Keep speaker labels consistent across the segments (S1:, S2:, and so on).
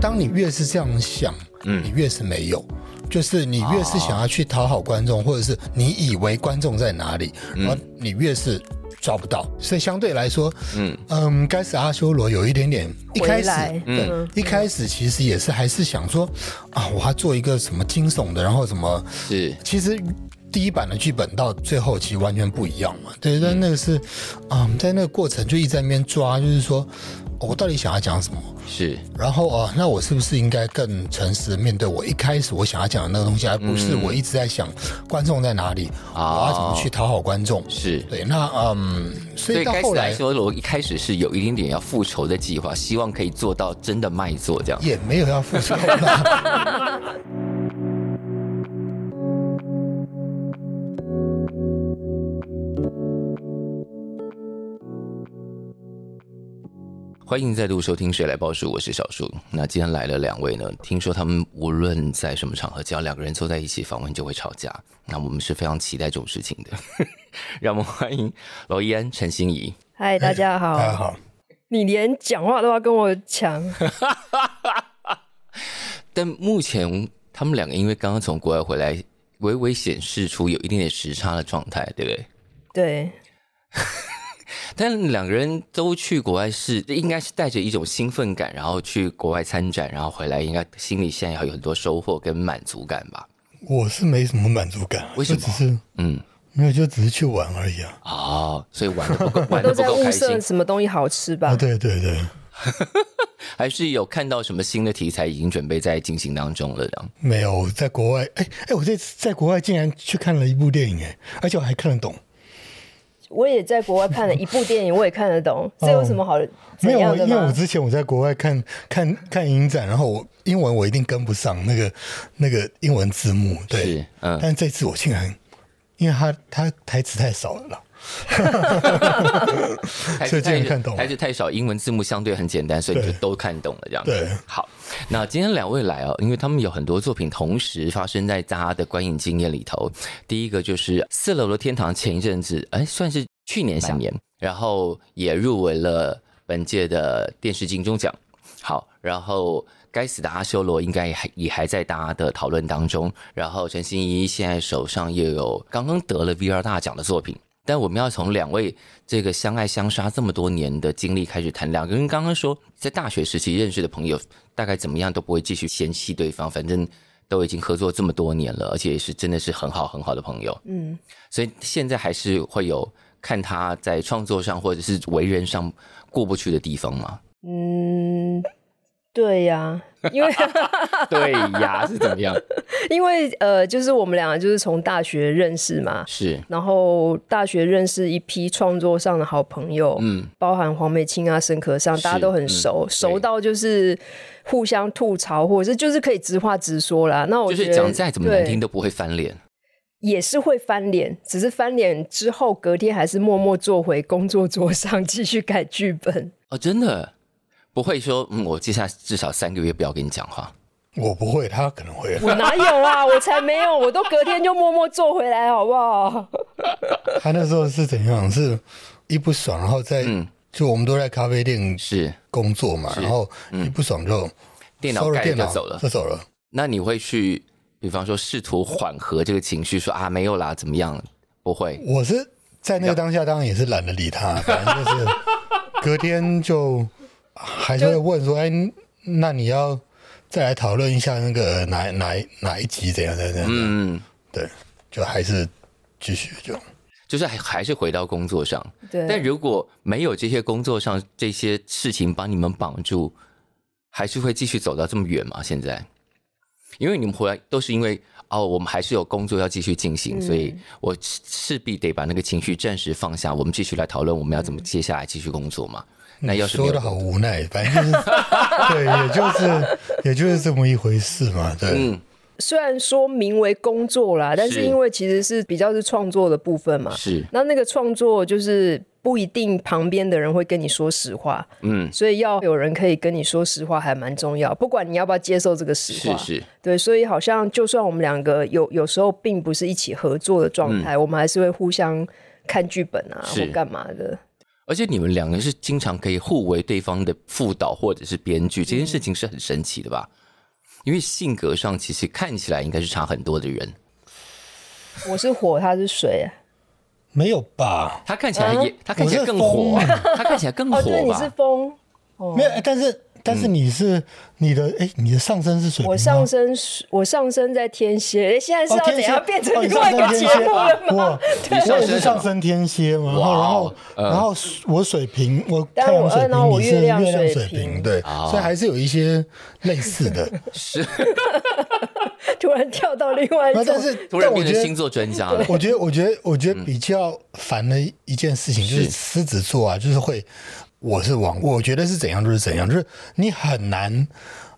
S1: 当你越是这样想，嗯，你越是没有。就是你越是想要去讨好观众，或者是你以为观众在哪里，然后你越是抓不到，所以相对来说，嗯嗯，该死阿修罗有一点点一开
S2: 回
S1: 始
S2: 来，嗯，
S1: 一开始其实也是还是想说啊，我要做一个什么惊悚的，然后什么，
S3: 是
S1: 其实第一版的剧本到最后其实完全不一样嘛。对，但那个是啊，在那个过程就一直在那边抓，就是说、哦我到底想要讲什么。
S3: 是，
S1: 然后啊、那我是不是应该更诚实地面对我一开始我想要讲的那个东西，而不是我一直在想观众在哪里，
S3: 啊
S1: 我要怎么去讨好观众？
S3: 是
S1: 对，那嗯，所
S3: 所
S1: 以
S3: 以
S1: 到
S3: 该
S1: 后
S3: 死
S1: 来
S3: 来说，我一开始是有一点点要复仇的计划，希望可以做到真的卖座这样。
S1: 也没有要复 仇吧。
S3: 欢迎再度收听《谁来报数》，我是小树。那今天来了两位呢，听说他们无论在什么场合，只要两个人坐在一起访问就会吵架。那我们是非常期待这种事情的， 让我们欢迎罗伊安、陈心怡。
S1: 哎
S2: 嗨，大家好
S1: 大，家好，
S2: 你连讲话都要跟我抢，
S3: 但目前他们两个因为刚刚从国外回来，微微显示出有一点点时差的状态，对不对？
S2: 对，
S3: 但两个人都去国外是应该是带着一种兴奋感，然后去国外参展，然后回来应该心里现在有很多收获跟满足感吧？
S1: 我是没什么满足感，
S3: 为什么
S1: 就只是
S3: 嗯，
S1: 没有，就只是去玩而已啊。
S3: 哦，所以玩的 不够，玩的不
S2: 都在
S3: 够
S2: 物
S3: 开心
S2: 色，什么东西好吃吧
S1: 啊，？对对对，
S3: 还是有看到什么新的题材已经准备在进行当中了？这样
S1: 没有我在国外，哎哎，我这次在国外竟然去看了一部电影，哎，而且我还看得懂。
S2: 我也在国外看了一部电影，我也看得懂，这有什么好
S1: 哦没
S2: 怎
S1: 有，
S2: 样的
S1: 因为我
S2: 吗？
S1: 之前我在国外看看看影展，然后我英文我一定跟不上那个那个英文字幕，对
S3: 是， 嗯
S1: 但这次我竟然，因为他他台词太少了啦，
S3: 还
S1: 所
S3: 是
S1: 以竟然
S3: 太
S1: 看懂了
S3: 还是太少，英文字幕相对很简单，所以你就
S1: 对
S3: 都看懂了这样。
S1: 对，
S3: 好，那今天两位来哦，因为他们有很多作品同时发生在大家的观影经验里头。第一个就是《四楼的天堂》，前一阵子，哎，算是去年下年，然后也入围了本届的电视金钟奖。好，然后该死的阿修罗应该也还也还在大家的讨论当中。然后陈欣怡现在手上又有刚刚得了 VR 大奖的作品。但我们要从两位这个相爱相杀这么多年的经历开始谈。两个人刚刚说，在大学时期认识的朋友，大概怎么样都不会继续嫌弃对方，反正都已经合作这么多年了，而且也是真的是很好很好的朋友。
S2: 嗯，
S3: 所以现在还是会有看他在创作上或者是为人上过不去的地方吗？
S2: 嗯，对呀、 因为
S3: 对呀，是怎么样？
S2: 因为呃，就是我们俩就是从大学认识嘛，
S3: 是，
S2: 然后大学认识一批创作上的好朋友，
S3: 嗯，
S2: 包含黄美清啊、沈可尚，
S3: 是
S2: 大家都很熟，
S3: 嗯
S2: 熟
S3: 对
S2: 到就是互相吐槽，或者是就是可以直话直说啦。那我
S3: 就
S2: 觉
S3: 是
S2: 得
S3: 讲再怎么难听
S2: 对
S3: 都不会翻脸。
S2: 也是会翻脸，只是翻脸之后隔天还是默默坐回工作桌上继续改剧 本。
S3: 哦，真的不会说，嗯，我接下来至少三个月不要跟你讲话。
S1: 我不会，他可能会，
S2: 我哪有啊？我才没有，我都隔天就默默坐回来，好不 好？
S1: 他那时候是怎样？是一不爽，然后在、就我们都在咖啡店
S3: 嗯是嗯
S1: 工作嘛，然后一不爽就
S3: 电脑
S1: 收了
S3: 盖
S1: 电
S3: 了
S1: 脑
S3: 就走了
S1: 就。走了。
S3: 那你会去，比方说试图缓和这个情绪，说啊没有啦，怎么样？不会，
S1: 我是在那个当下，当然也是懒得理 他，反正就是隔天就还是会问 说：“哎，那你要再来讨论一下那个哪哪哪一集怎样怎样怎样？”
S3: 嗯，
S1: 对，就还是继续就
S3: 就是还还是回到工作上。但
S2: 对，
S3: 如果没有这些工作上这些事情把你们绑住，还是会继续走到这么远吗？现在，因为你们回来都是因为哦，我们还是有工作要继续进行，
S2: 嗯
S3: 所以我势势必得把那个情绪暂时放下，我们继续来讨论我们要
S2: 嗯
S3: 怎么接下来继续工作嘛。那要是没
S1: 嗯说的
S3: 有，
S1: 好无奈，反正 就是对，也就是也就是这么一回事嘛。对，
S3: 嗯，
S2: 虽然说名为工作啦，但是
S3: 是
S2: 因为其实是比较是创作的部分嘛，
S3: 是，
S2: 那那个创作就是不一定旁边的人会跟你说实话，
S3: 嗯，
S2: 所以要有人可以跟你说实话还蛮重要，不管你要不要接受这个实
S3: 是
S2: 话。
S3: 是，
S2: 对，所以好像就算我们两个有有时候并不是一起合作的状态，我们还是会互相看剧本啊
S3: 嗯是
S2: 或干嘛的。
S3: 而且你们两个是经常可以互为对方的副导或者是编剧，这件事情是很神奇的吧？因为性格上其实看起来应该是差很多的人，
S2: 我是火，他是水、啊。
S1: 没有吧？
S3: 他看起来也，他看起来
S1: 我是
S3: 更火啊、他看起来更
S2: 哦，
S3: 火
S2: 对，你是
S3: 吧？
S2: 风，哦
S1: 没有，哎但是但
S3: 嗯
S1: 是你是你的哎，你的上身是水瓶吗
S2: 我上升是，我上升在天蝎，诶现 在是
S1: 哦
S2: 要
S1: 天
S2: 怎
S1: 蝎
S2: 样变成
S1: 哦
S2: 一
S1: 你
S2: 个
S1: 上
S2: 外
S1: 升
S2: 国
S1: 天
S2: 节
S1: 蝎
S2: 目了吗？
S1: 哇，
S3: 你
S1: 我
S3: 上
S1: 也 是
S3: 升什
S1: 上
S3: 么？
S1: 升天蝎嘛，嗯然
S3: 哇
S1: 后然
S3: 哦
S1: 后然后我水瓶，我
S2: 但
S1: 太阳
S2: 我
S1: 水
S2: 然后
S1: 瓶，
S2: 我
S1: 你是
S2: 月
S1: 月
S2: 亮
S1: 亮
S2: 水
S1: 水
S2: 瓶
S1: 瓶，对，所以还是有一些类似 的。
S3: 是
S2: 突然跳到另外一
S1: 那
S2: 种，
S1: 啊但是
S3: 突
S1: 但
S3: 然
S1: 我
S3: 变成
S1: 觉
S3: 星
S1: 得。
S3: 座专家了。
S1: 我觉得，我觉得，我觉得比较烦的一件事情就是
S3: 是
S1: 狮子座啊，就是会，我是王，我觉得是怎样就是怎样，就是你很难，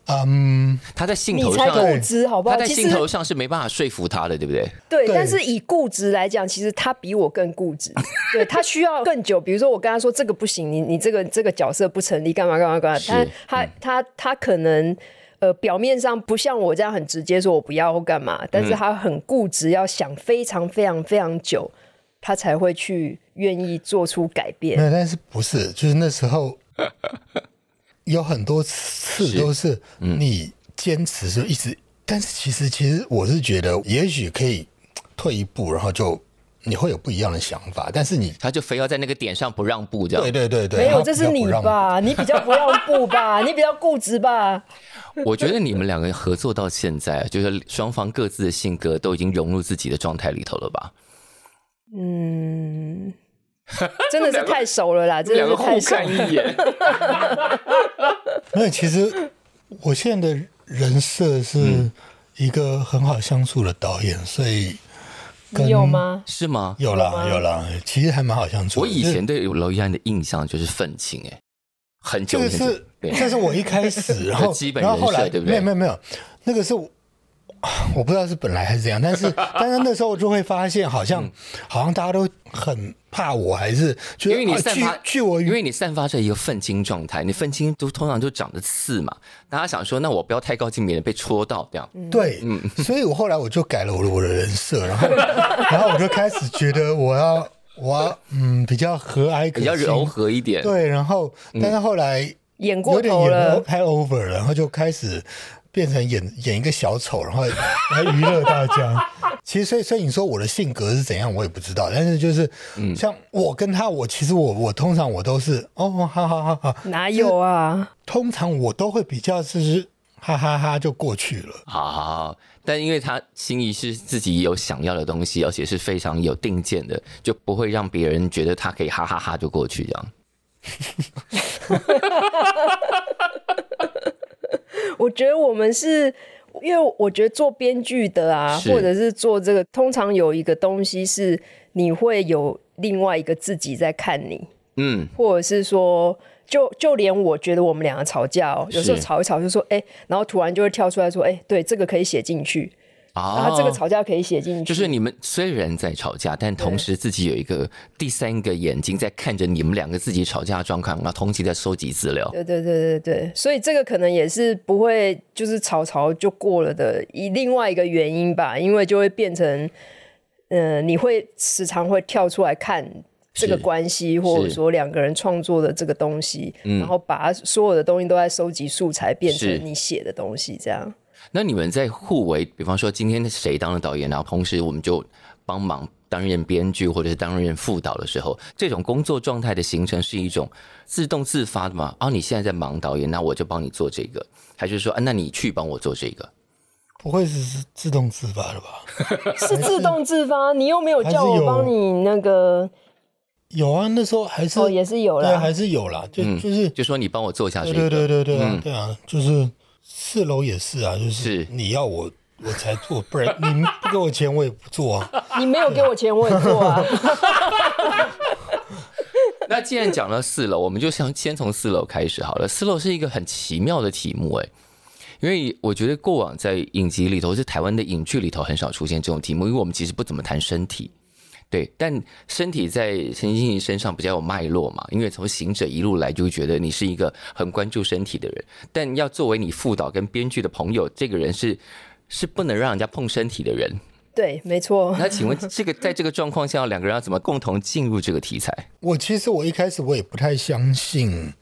S1: 嗯，
S3: 他在兴
S2: 你
S3: 头
S2: 才
S3: 上，
S2: 狗汁好不
S3: 他
S2: 好？
S3: 在
S2: 其
S3: 兴头
S2: 实
S3: 上是没办法说服他的，对不对？
S2: 对，
S1: 对
S2: 但是以固执来讲，其实他比我更固 执，对他需要更久。比如说我跟他说这个不行，你你这个这个角色不成立，干嘛干嘛干嘛？
S3: 是
S2: 他他
S1: 嗯
S2: 他他可能。呃，表面上不像我这样很直接说我不要或干
S1: 嗯
S2: 嘛，但是他很固执，要想非常非常非常久，他才会去愿意做出改变
S1: 没。有，但是不是？就是那时候有很多次
S3: 是
S1: 都是你坚持就一直，但是其实其实我是觉得，也许可以退一步，然后就你会有不一样的想法，但是你
S3: 他就非要在那个点上不让步，这样
S1: 对。对对对，
S2: 没
S1: 然
S2: 有，
S1: 后
S2: 这是
S1: 比较不
S2: 你
S1: 让
S2: 吧？你比较不让步 吧？你比较固执吧？
S3: 我觉得你们两个合作到现在，就是双方各自的性格都已经融入自己的状态里头了吧？
S2: 嗯，真的是太熟了 啦，真的是太熟了。
S3: 一眼，
S1: 步。 没有，其实我现在的人设是一个很好相处的导演，所以
S2: 你有吗？
S3: 是吗？
S1: 有啦有啦，其实还蛮好相处的。
S3: 我以
S1: 就是
S3: 前对娄艺安的印象就是愤青，哎，很
S1: 这
S3: 久
S1: 个
S3: 很久
S1: 是，
S3: 对
S1: 这是我一开 始，然后
S3: 基本
S1: 然后
S3: 人
S1: 后
S3: 设
S1: 来
S3: 对不
S1: 没
S3: 对
S1: 有没有没有，那个是我我不知道是本来还是怎样，但 是但是那时候我就会发现，好
S3: 嗯
S1: 像好像大家都很怕我，还是觉
S3: 因
S1: 得
S3: 为你
S1: 啊
S3: 散
S1: 拒
S3: 发，
S1: 拒我
S3: 因
S1: 于
S3: 为你散发着一个愤青状态，你愤青都通常就长得刺嘛，大家想说，那我不要太靠近，免得被戳到，这样。
S1: 对， 所以我后来我就改了我的我的人设，然后 然后我就开始觉得我要我要嗯比较和蔼可
S3: 比较柔
S1: 亲，
S3: 和嗯一点，
S1: 对，然后但是后来
S2: 演过
S1: 有点
S2: 头
S1: 演得
S2: 了，
S1: 太 over 了，然后就开始变成演演一个小丑，然后 来娱乐大家。其实，所以所以你说我的性格是怎样，我也不知道。但是就是，像我跟他，我其实我我通常我都是哦，哈哈哈哈。
S2: 哪有啊？
S1: 通常我都会比较就是哈哈哈就过去了。
S3: 好好好，但因为他心仪是自己有想要的东西，而且是非常有定见的，就不会让别人觉得他可以哈哈哈就过去这样。
S2: 我觉得我们是。因为我觉得做编剧的啊，
S3: 是
S2: 或者是做这个，通常有一个东西是你会有另外一个自己在看你，
S3: 嗯，
S2: 或者是说，就就连我觉得我们两个吵架哦，有时候
S3: 是
S2: 吵一吵就说哎、然后突然就会跳出来说哎、对，这个可以写进去，然
S3: 啊
S2: 后这个吵架可以写进去，
S3: 就是你们虽然在吵架，但同时自己有一个第三个眼睛在看着你们两个自己吵架的状况，然后同时在收集资料。
S2: 对对对对对，所以这个可能也是不会就是吵吵就过了的一另外一个原因吧，因为就会变成，呃，你会时常会跳出来看这个
S3: 是
S2: 关系，或者
S3: 是嗯
S2: 说两个人创作的这个东西，然后把它所有的东西都在收集素材，变成
S3: 是
S2: 你写的东西，这样
S3: 那你们在互为，比方说今天谁当了导演，然后同时我们就帮忙担任编剧或者是担任副导的时候，这种工作状态的形成是一种自动自发的吗？啊，你现在在忙导演，那我就帮你做这个，还是说，啊，那你去帮我做这个？
S1: 不会是自动自发的吧？
S2: 是自动自发，你又没有叫
S1: 还是
S2: 我
S1: 有
S2: 帮你那个，
S1: 有啊，那时候还是、
S2: 哦，也是有
S1: 对啊，
S2: 啦，
S1: 还是有啦，就、就是
S3: 就说你帮我做一下这
S1: 对
S3: 个，
S1: 对对对对啊
S3: 嗯
S1: 对啊，就是四楼也是啊，就是
S3: 是
S1: 你要我 我才做，不然你们不给我钱我也不做啊。
S2: 你没有给我钱我也做啊，
S3: 那既然讲到四楼，我们就想先从四楼开始好了。四楼是一个很奇妙的题目、诶，哎因为我觉得过往在影集里头，是台湾的影剧里头很少出现这种题目，因为我们其实不怎么谈身体。对，但身体在陈星怡身上比较有脉络嘛，因为从行者一路来就会觉得你是一个很关注身体的人，但要作为你副导跟编剧的朋友，这个人是是不能让人家碰身体的人，
S2: 对，没错。
S3: 那请问这个在这个状况下，两个人要怎么共同进入这个题材？
S1: 我其实我一开始我也不太相信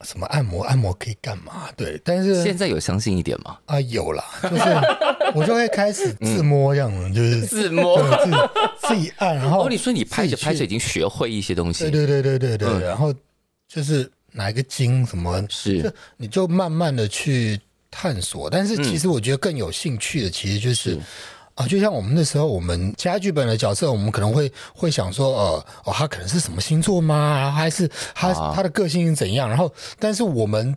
S1: 什么按摩，按摩可以干嘛？对，但是
S3: 现在有相信一点吗？
S1: 啊、有啦，就是 我就会开始自摸这样子，就是
S3: 嗯自摸
S1: 对自己自己按，然后
S3: 哦，你说你拍着
S1: 自己去
S3: 拍着已经学会一些东西
S1: 对，对对对对对，
S3: 嗯
S1: 然后就是哪一个筋什么，
S3: 是
S1: 就你就慢慢的去探索。但是其实我觉得更有兴趣的，其实就是。
S3: 嗯是
S1: 啊，就像我们那时候，我们其他剧本的角色，我们可能会会想说，呃，哦，他可能是什么星座吗？还是他、
S3: 啊
S1: 他的个性是怎样？然后，但是我们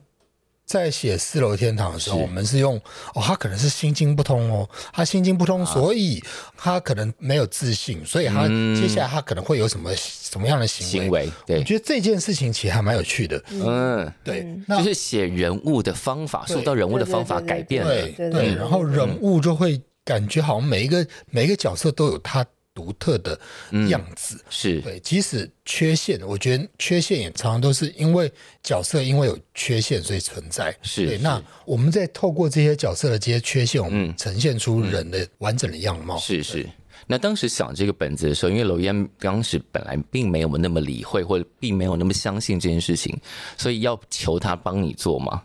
S1: 在写《四楼天堂》的时候，
S3: 是
S1: 我们是用哦，他可能是心经不通哦，他心经不通，
S3: 啊
S1: 所以他可能没有自信，所以他、
S3: 嗯
S1: 接下来他可能会有什么什么样的行为？
S3: 行为
S1: 我
S3: 对，
S1: 觉得这件事情其实还蛮有趣的。
S3: 嗯，
S1: 对，那
S3: 就是写人物的方法，
S1: 对
S3: 塑造人物的方法
S2: 对对对
S3: 改变了
S1: 对
S2: 对
S1: 对，
S2: 嗯
S1: 然后人物就会感觉好像每一个每一个角色都有他独特的
S3: 嗯
S1: 样子。
S3: 是
S1: 对，即使缺陷，我觉得缺陷也常常都是因为角色因为有缺陷所以存在。
S3: 是
S1: 对，
S3: 是
S1: 那我们在透过这些角色的这些缺陷，我们
S3: 嗯
S1: 呈现出人的完整的样貌。
S3: 是是。那当时想这个本子的时候，因为娄烨当时本来并没有那么理会，或者并没有那么相信这件事情，所以要求他帮你做嘛。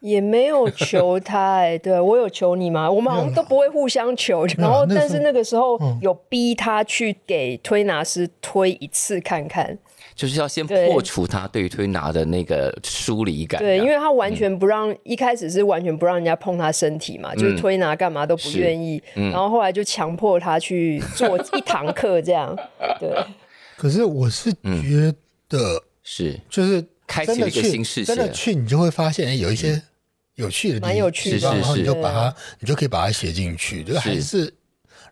S2: 也没有求他哎、对我有求你 吗？我们好像都不会互相求，然后
S1: 啊那时
S2: 但是
S1: 候
S2: 那个时候
S1: 嗯
S2: 有逼他去给推拿师推一次看看，
S3: 就是要先
S2: 对
S3: 破除他对于推拿的那个疏离感。啊
S2: 对，因为他完全不让，一开始是完全不让人家碰他身体嘛，
S1: 嗯
S2: 就是推拿干嘛都不
S3: 是
S2: 愿意，然后后来就强迫他去做一堂课这样，对，
S1: 可是我是
S3: 嗯
S1: 觉得，
S3: 是
S1: 就是
S3: 开启
S1: 真的
S3: 了一个
S1: 去
S3: 新世
S1: 真的
S3: 界
S1: 去，你就会发现哎有一些有趣的地方，
S2: 蛮有
S3: 的
S2: 趣
S1: 然后
S3: 是
S1: 你
S3: 是
S1: 就是把它，你就可以把它写进去，就是还是。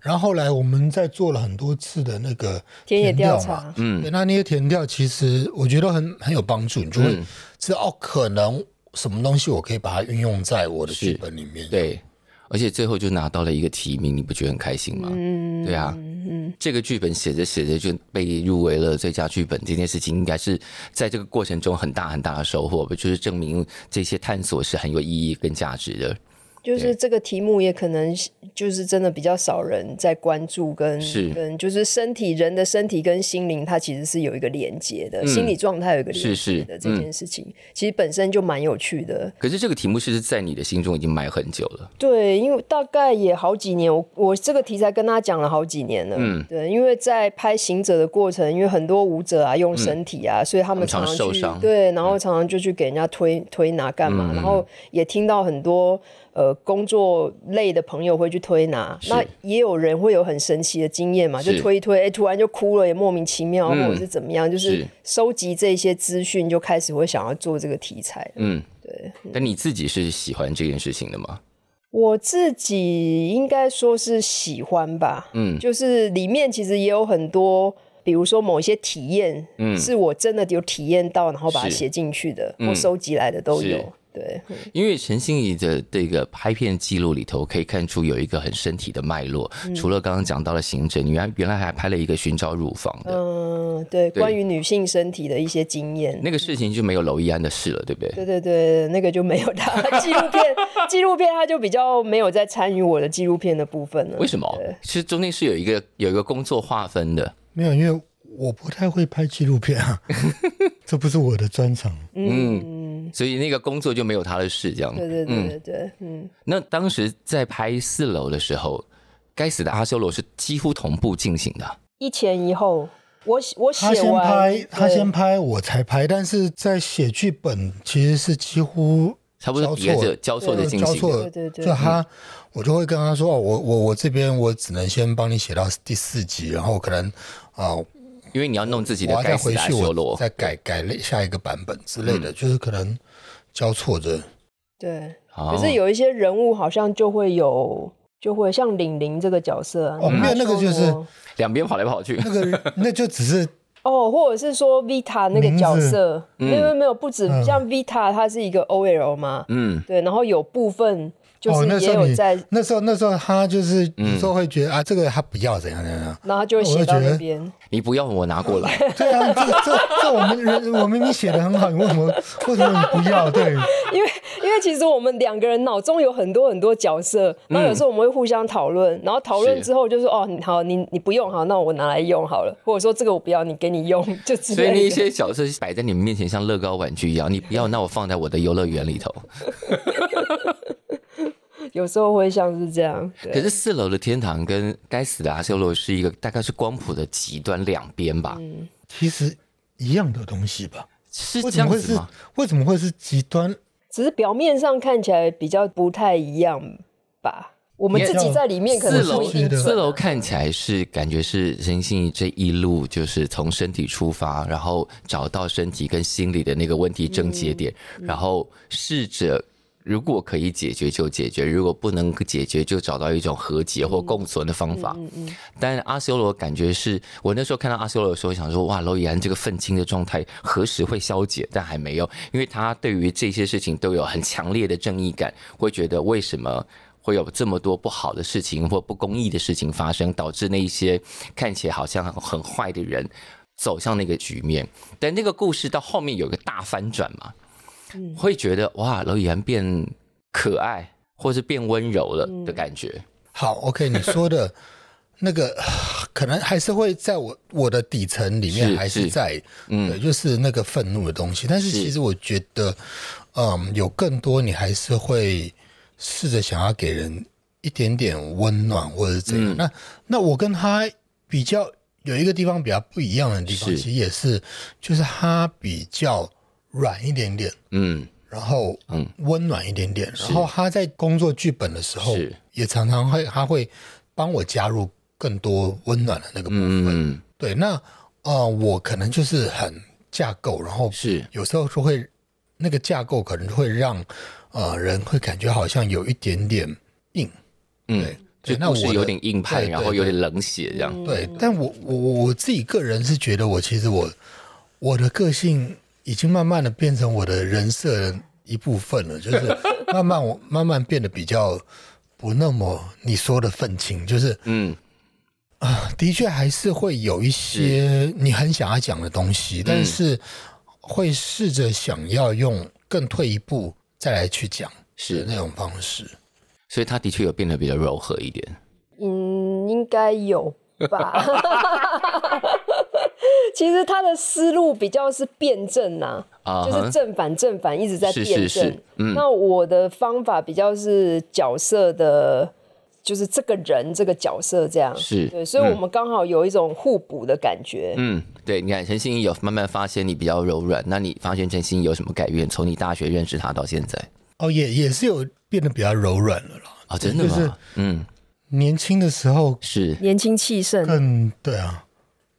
S1: 然后后来我们在做了很多次的那个
S2: 田野调
S1: 调
S2: 查
S1: 嘛，，
S3: 嗯
S1: 对，那那些填调其实我觉得很很有帮助，你就会
S3: 嗯
S1: 知道、哦，可能什么东西我可以把它运用在我的
S3: 是
S1: 剧本里面。
S3: 对，而且最后就拿到了一个提名，你不觉得很开心吗？
S2: 嗯，
S3: 对啊
S2: 嗯，
S3: 这个剧本写着写着就被入围了最佳剧本，这件事情应该是在这个过程中很大很大的收获，就是证明这些探索是很有意义跟价值的。
S2: 就是这个题目也可能就是真的比较少人在关注跟
S3: 是
S2: 跟就是身体人的身体跟心灵，它其实是有一个连接的，
S3: 嗯
S2: 心理状态有一个连
S3: 是是嗯
S2: 接的这件事情，其实本身就蛮有趣的。
S3: 可是这个题目是在你的心中已经埋很久了，
S2: 对，因为大概也好几年，我我这个题材跟他讲了好几年了。
S3: 嗯
S2: 对，因为在拍行者的过程，因为很多舞者啊用身体啊，所以他们
S3: 嗯他
S2: 常
S3: 们常
S2: 常
S3: 受
S2: 去
S3: 伤嗯
S2: 对，然后常常就去给人家推推拿干嘛，然后也听到很多呃工作类的朋友会去推拿，
S3: 是
S2: 那也有人会有很神奇的经验嘛，就是推一推，哎，突然就哭了，也莫名其妙，
S3: 嗯
S2: 或者是怎么样，就是
S3: 是
S2: 收集这些资讯，就开始会想要做这个题材。
S3: 嗯，
S2: 对。
S3: 但你自己是喜欢这件事情的吗？
S2: 我自己应该说是喜欢吧，
S3: 嗯
S2: 就是里面其实也有很多，比如说某一些体验，
S3: 嗯
S2: 是我真的有体验到，然后把它
S3: 是
S2: 写进去的，
S3: 嗯
S2: 或收集来的都有
S3: 是。
S2: 对，
S3: 因为陈欣怡的这个拍片记录里头，可以看出有一个很身体的脉络。
S1: 嗯
S3: 除了刚刚讲到了刑侦，你原原来还拍了一个寻找乳房的，
S2: 嗯，对，
S3: 对
S2: 关于女性身体的一些经验。
S3: 那个事情就没有娄艺安的事了，对不对？
S2: 对对对，那个就没有他纪录片，纪录片他就比较没有在参与我的纪录片的部分了
S3: 为。什么？其实中间是有一个有一个工作划分的，
S1: 没有，因为我不太会拍纪录片 啊，这不是我的专长。
S2: 嗯，
S3: 所以那个工作就没有他的事这样。
S2: 对对对对对，嗯，
S3: 那当时在拍四楼的时候，该死的阿修罗是几乎同步进行的。
S2: 一前一后，我写我写
S1: 他先
S2: 完，
S1: 拍，他
S2: 对
S1: 先拍，我才拍。但是在写剧本，其实是几乎
S3: 差不多
S1: 交
S3: 叠
S1: 错嗯
S3: 着交错的进
S1: 交
S3: 行的，
S1: 错，
S2: 对对对
S1: 就他，我就会跟他说，哦我我我这边我只能先帮你写到第四集，然后可能啊、
S3: 因为你要弄自己
S1: 我
S3: 的
S1: 要
S3: 该
S1: 再
S3: 死
S1: 回
S3: 的阿
S1: 去
S3: 修
S1: 我
S3: 罗。
S1: 再改改类下一个版本之类
S2: 嗯
S1: 的，就是可能交错着。
S2: 对。
S3: 可
S2: 可是有一些人物好像就会有，就会像玲玲这个角色啊，
S1: 哦
S3: 嗯
S1: 没
S2: 你
S1: 有
S2: 看
S1: 那个
S2: 说
S1: 就是
S2: 什么
S3: 两边跑来跑去
S1: 那，个那就只是
S2: 哦，或者是说 Vita 那个角色，
S3: 名字
S2: 没有没有没有，不止
S1: 嗯
S2: 像 Vita，她是一个 OL 嘛，
S3: 嗯，
S2: 对，然后有部分就是
S1: 哦那时
S2: 也
S1: 候
S2: 有
S1: 你
S2: 在，
S1: 那时候那时候他就是有时候会觉得、啊，这个他不要怎样怎样。
S2: 然后他就会写到
S1: 哦我就觉
S2: 那
S1: 得
S2: 边。
S3: 你不要我拿过来，
S1: 对啊，这这这我们人我明明写的很好，你为什么为什么你不要？对，
S2: 因为因为其实我们两个人脑中有很多很多角色，然后有时候我们会互相讨论，然后讨论
S3: 是
S2: 之后就说哦，你好，你你不用好，那我拿来用好了，或者说这个我不要，你给你用，就 之
S3: 所以
S2: 类
S3: 那一
S2: 的。
S3: 些角色摆在你们面前像乐高玩具一样，你不要，那我放在我的游乐园里头。
S2: 有时候会像是这样，对
S3: 可是四楼的天堂跟该死的阿修罗是一个大概是光谱的极端两边吧？
S1: 其实一样的东西吧。
S3: 是
S1: 为
S3: 这
S1: 什么
S3: 样
S1: 会
S3: 子
S1: 是
S3: 吗？
S1: 为什么会是极端？
S2: 只是表面上看起来比较不太一样吧。我们
S3: 也
S2: 自己在里面可
S3: 四
S2: 能不
S3: 楼
S2: 一
S1: 是
S2: 定
S1: 的
S2: 准啊
S3: 四楼看起来是感觉是任性这一路就是从身体出发，然后找到身体跟心理的那个问题症结点，然后试着。如果可以解决就解决，如果不能解决就找到一种和解或共存的方
S2: 嗯
S3: 法。但阿修罗感觉是我那时候看到阿修罗的时候，想说哇，娄艺安这个愤青的状态何时会消解？但还没有，因为他对于这些事情都有很强烈的正义感，会觉得为什么。会有这么多不好的事情或不公义的事情发生，导致那一些看起来好像很坏的人走向那个局面。但那个故事到后面有个大翻转嘛，会觉得哇，娄艺安变可爱，或是变温柔了的感觉。
S1: 好，OK，你说的那个 呃可能还是会在我我的底层里面
S3: 是
S1: 还
S3: 是
S1: 是在，对，就是那个愤怒的东西。但是
S3: 嗯是
S1: 其实我觉得，嗯，有更多你还是会试着想要给人一点点温暖或者是怎样。
S3: 嗯
S1: 那那我跟他比较有一个地方比较不一样的地方，
S3: 是
S1: 其实也是就是他比较软一点点。
S3: 嗯，
S1: 然后
S3: 嗯
S1: 温暖一点点。然后他在工作剧本的时候
S3: 是，
S1: 也常常会他会帮我加入更多温暖的那个部分。
S3: 嗯，
S1: 对，那呃，我可能就是很架构，然后
S3: 是
S1: 有时候就会那个架构可能就会让呃人会感觉好像有一点点硬。
S3: 嗯
S1: 对，
S3: 就
S1: 对那
S3: 故事
S1: 我的
S3: 有点硬派，
S1: 对对
S3: 然后有点冷血这样。
S2: 嗯
S1: 对，但我我我自己个人是觉得，我其实我我的个性已经慢慢的变成我的人设的一部分了，就是 慢慢我慢慢变得比较不那么你说的愤青，就是
S3: 嗯，
S1: 啊的确还是会有一些你很想要讲的东西，但是会试着想要用更退一步再来去讲的
S3: 是，
S1: 那种方式。
S3: 所以他的确有变得比较柔和一点。
S2: 嗯，应该有吧。 其实他的思路比较是辩证呐、
S3: 啊哈
S2: 就是正反正反一直在
S3: 是
S2: 辩
S3: 是
S2: 证。
S3: 是嗯
S2: 那我的方法比较是角色的，就是这个人这个角色这样。
S3: 是
S2: 对，所以我
S3: 嗯
S2: 们刚好有一种互补的感觉。
S3: 嗯，对，你看陈欣怡有慢慢发现你比较柔软，那你发现陈欣怡有什么改变？从你大学认识他到现在
S1: 哦，也也是有变得比较柔软了啦。
S3: 啊、真的吗？
S1: 就是
S3: 嗯，
S1: 年轻的时候
S3: 是
S2: 年轻气盛，
S1: 更对啊，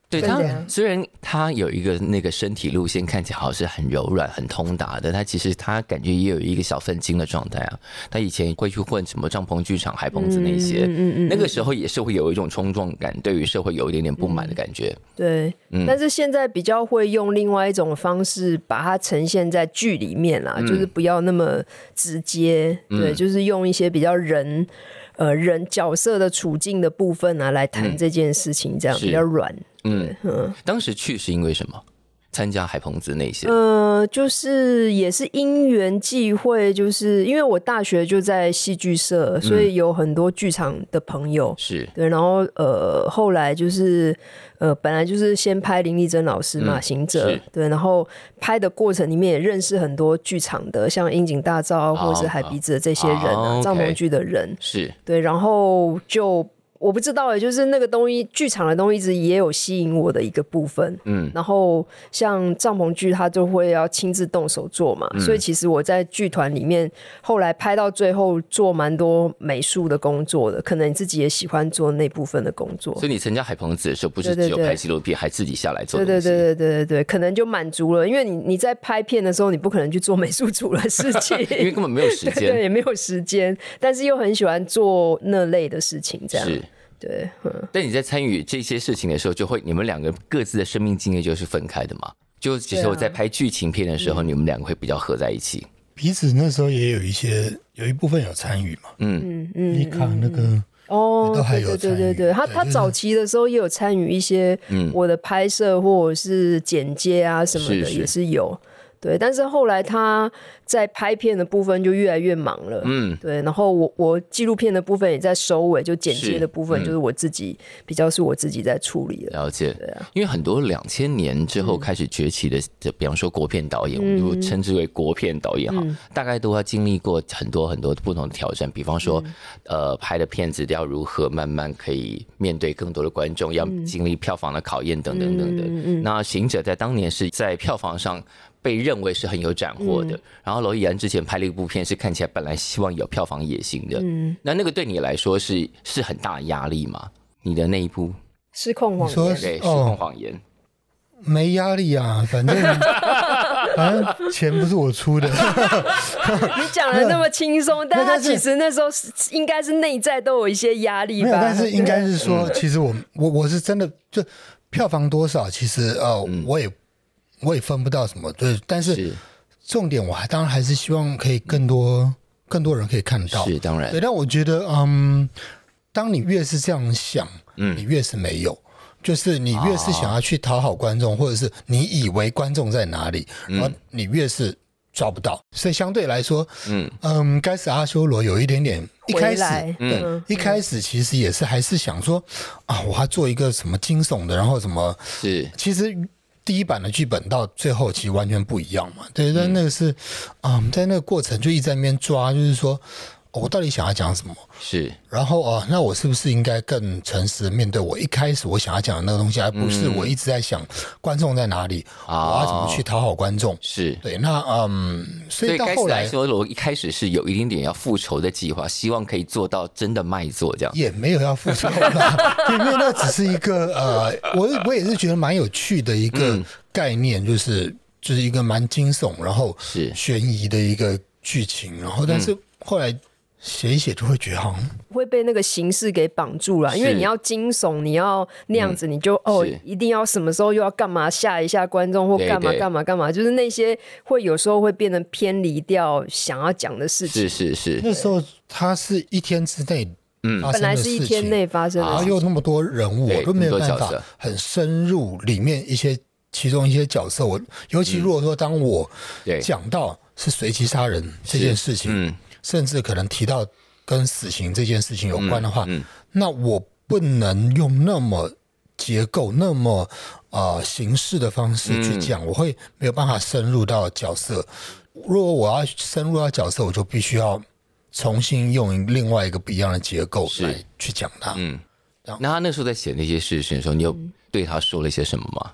S3: 对
S2: 对
S3: 他
S2: 啊
S3: 虽然他有一个那个身体路线看起来好像是很柔软、很通达的，他其实他感觉也有一个小愤青的状态啊。他以前会去混什么帐篷剧场、海棚子那
S2: 嗯
S3: 些，那个时候也是会有一种冲撞感，对于社会有一点点不
S2: 嗯
S3: 满的感觉。
S2: 对，但是现在比较会用另外一种方式把它呈现在剧里面啦，就是不要那么直接，对，就是用一些比较人呃人角色的处境的部分啊来谈这件事情，这样、
S3: 是
S2: 比较软。
S3: 嗯，当时去是因为什么？参加海棚子那些，
S2: 呃，就是也是因缘际会，就是因为我大学就在戏剧社，所以有很多剧场的朋友。
S3: 是
S2: 对，然后呃，后来就是呃，本来就是先拍林丽珍老师嘛，
S3: 嗯
S2: 行者
S3: 是
S2: 对，然后拍的过程里面也认识很多剧场的，像樱井大照或者是海鼻子的这些人
S3: 哦
S2: 啊，帐
S3: ，OK
S2: 篷剧的人，
S3: 是，
S2: 对，然后就我不知道哎，就是那个东西，剧场的东西一直也有吸引我的一个部分。
S3: 嗯，
S2: 然后像帐篷剧，他就会要亲自动手做嘛，所
S3: 嗯
S2: 以其实我在剧团里面后来拍到最后做蛮多美术的工作的，可能你自己也喜欢做那部分的工作。
S3: 所以你参加海棚子的时候，不是
S2: 对对
S3: 只有
S2: 对
S3: 拍纪录片，还自己下来做
S2: 对
S3: 东
S2: 对
S3: 西。
S2: 对对对对对，可能就满足了，因为你你在拍片的时候，你不可能去做美术组的 事情，
S3: 因 为根本没有时
S2: 对，
S3: 间，
S2: 也没有时间，但是又很喜欢做那类的事情，这样
S3: 是。
S2: 对，
S3: 但你在参与这些事情的时候，就会你们两个各自的生命经验就是分开的嘛？就只
S2: 对
S3: 有
S2: 啊嗯
S3: 在拍剧情片的时候，你们两个会比较合在一起。
S1: 彼此那时候也有一些，有一部分有参与嘛。
S3: 嗯
S2: 嗯嗯，
S1: 你看那个，
S2: 哦，
S1: 都还
S2: 对
S1: 有
S2: 对对
S1: 参与
S2: 对对，他
S1: 对
S2: 他
S1: 就是
S2: 早期的时候也有参与一些
S3: 嗯
S2: 我的拍摄或者是剪接啊什么
S3: 是
S2: 的，
S3: 是
S2: 也是有。对，但是后来他在拍片的部分就越来越忙了。
S3: 嗯，
S2: 对，然后我我纪录片的部分也在收尾，就剪
S3: 是
S2: 接的部分
S3: 嗯
S2: 就是我自己、比较是我自己在处理了。
S3: 了解。
S2: 对啊，
S3: 因为很多两千年之后开始崛起的，这比方说国片导演，我们
S2: 嗯
S3: 就称之为国片导演哈，大概都要经历过很多很多不同的挑战。比方
S2: 嗯
S3: 说，呃，拍的片子要如何慢慢可以面对更多的观众，要
S2: 嗯
S3: 经历票房的考验等等等等。那《行者》在当年是在票房上。被认为是很有斩获
S2: 嗯
S3: 的。然后娄艺安之前拍了一部片，是看起来本来希望有票房野心的。
S2: 嗯
S3: 那那个对你来说是是很大的压力吗？你的那一部
S2: 失控谎
S1: 你说
S2: 言
S1: 是
S3: 对《失
S1: 哦
S3: 控谎言》
S1: 没压力啊，反正反正钱不是我出的，
S2: 你讲的那么轻松，但
S1: 那
S2: 他
S1: 但是
S2: 其实那时候是应该是内在都有一些压力
S1: 没
S2: 吧
S1: 有，？但是应该是说，其实我我我是真的就票房多少，其实呃，我也我也分不到什么，对，但是
S3: 嗯是
S1: 重点我还当然还是希望可以更多更多人可以看到，
S3: 是当然
S1: 对，，但我觉得，嗯，当你越是这样想，
S3: 嗯
S1: 你越是没有。就是你越是想要去讨好观
S3: 啊
S1: 众，或者是你以为观众在哪里，
S3: 嗯
S1: 然后你越是抓不到。所以相对来说，嗯嗯，该死阿修罗有一点点一
S2: 回
S1: 开始
S2: 来，
S1: 对，
S2: 嗯
S1: 一开始其实也是还是想说啊，我要做一个什么惊悚的，然后什么
S3: 是
S1: 其实第一版的剧本到最后其实完全不一样嘛，对，
S3: 嗯
S1: 但那个是啊、我们在那个过程就一直在那边抓，就是说、哦我到底想要讲什么，
S3: 是，
S1: 然后啊、那我是不是应该更诚实地面对我一开始我想要讲的那个东西，而不是
S3: 嗯
S1: 我一直在想观众在哪里，
S3: 哦
S1: 我要怎么去讨好观众？
S3: 是。
S1: 对，那嗯，所
S3: 所
S1: 以
S3: 以
S1: 到
S3: 开始
S1: 后
S3: 来
S1: 来
S3: 说，我一开始是有一点点要复仇的计划，希望可以做到真的卖座这样。
S1: 也没有要复仇 啦，因为那只是一个呃，我我也是觉得蛮有趣的一
S3: 嗯
S1: 个概念，就是就是一个蛮惊悚，然后
S3: 是
S1: 悬疑的一个剧情，然后但
S3: 嗯
S1: 是后来写一写就会觉得好像
S2: 会被那个形式给绑住了，因为
S3: 是嗯
S2: 你要惊悚，你要那样子，你就哦
S3: 是，
S2: 一定要什么时候又要干嘛吓一下观众或
S3: 对
S2: 干嘛
S3: 对
S2: 干嘛干嘛，就是那些会有时候会变得偏离掉想要讲的事
S3: 是。
S2: 情
S3: 是是，
S1: 那时候它是一天之内
S3: 嗯
S1: 发
S2: 本
S1: 生
S2: 来
S1: 的
S2: 是一
S1: 事
S2: 天
S1: 情，
S2: 内发生
S1: 然后
S2: 的，
S1: 又那么多人物，
S3: 对
S1: 我都没有
S3: 那么
S1: 办
S3: 多角
S1: 法
S3: 色
S1: 很深入里面一些其中一些角色，我尤
S3: 嗯
S1: 其如果说当我
S3: 对，
S1: 讲到是随机杀人这件事情，
S3: 嗯，
S1: 甚至可能提到跟死刑这件事情有关的话，
S3: 嗯嗯
S1: 那我不能用那么结构、那么呃形式的方
S3: 嗯
S1: 式去讲，我会没有办法深入到角色。如果我要深入到角色，我就必须要重新用另外一个不一样的结构
S3: 是嗯
S1: 来去讲它。
S3: 那他那时候在写那些事情的时候，你有对他说了些什么吗？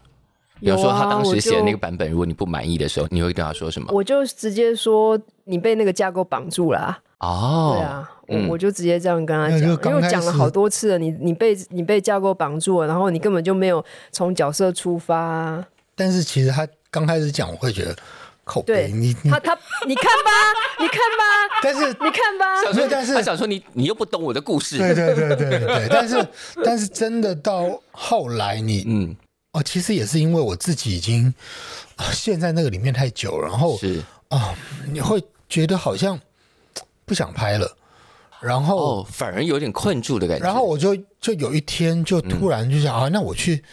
S3: 比
S2: 有
S3: 方说他
S2: 啊
S3: 当
S2: 我
S3: 时写的那
S2: 就
S3: 个版本，如果你不满意的时候，你会对他说什么？
S2: 我就直接说你被那个架构绑住了啊、
S3: 哦，
S2: 对啊，我、我就直接这样跟他
S1: 那
S2: 讲，
S1: 就
S2: 因
S1: 刚
S2: 为我
S1: 开
S2: 讲了
S1: 始
S2: 好多次了，你你被你被架构绑住了，然后你根本就没有从角色出发啊、
S1: 但是其实他刚开始讲，我会觉得口
S2: 对
S1: 碑，哎你你
S2: 他，他你看吧，你看吧，
S1: 但是
S2: 你看吧，
S3: 想说，
S1: 那但是
S3: 他想说你你又不懂我的故事，
S1: 对对对对对，但是但是真的到后来你，
S3: 嗯，
S1: 哦，其实也是因为我自己已经、啊陷在那个里面太久，然后
S3: 是
S1: 啊、你会觉得好像嘖不想拍了，然后、
S3: 哦，反而有点困住的感觉。
S1: 然后我就就有一天就突然就想、啊，那我去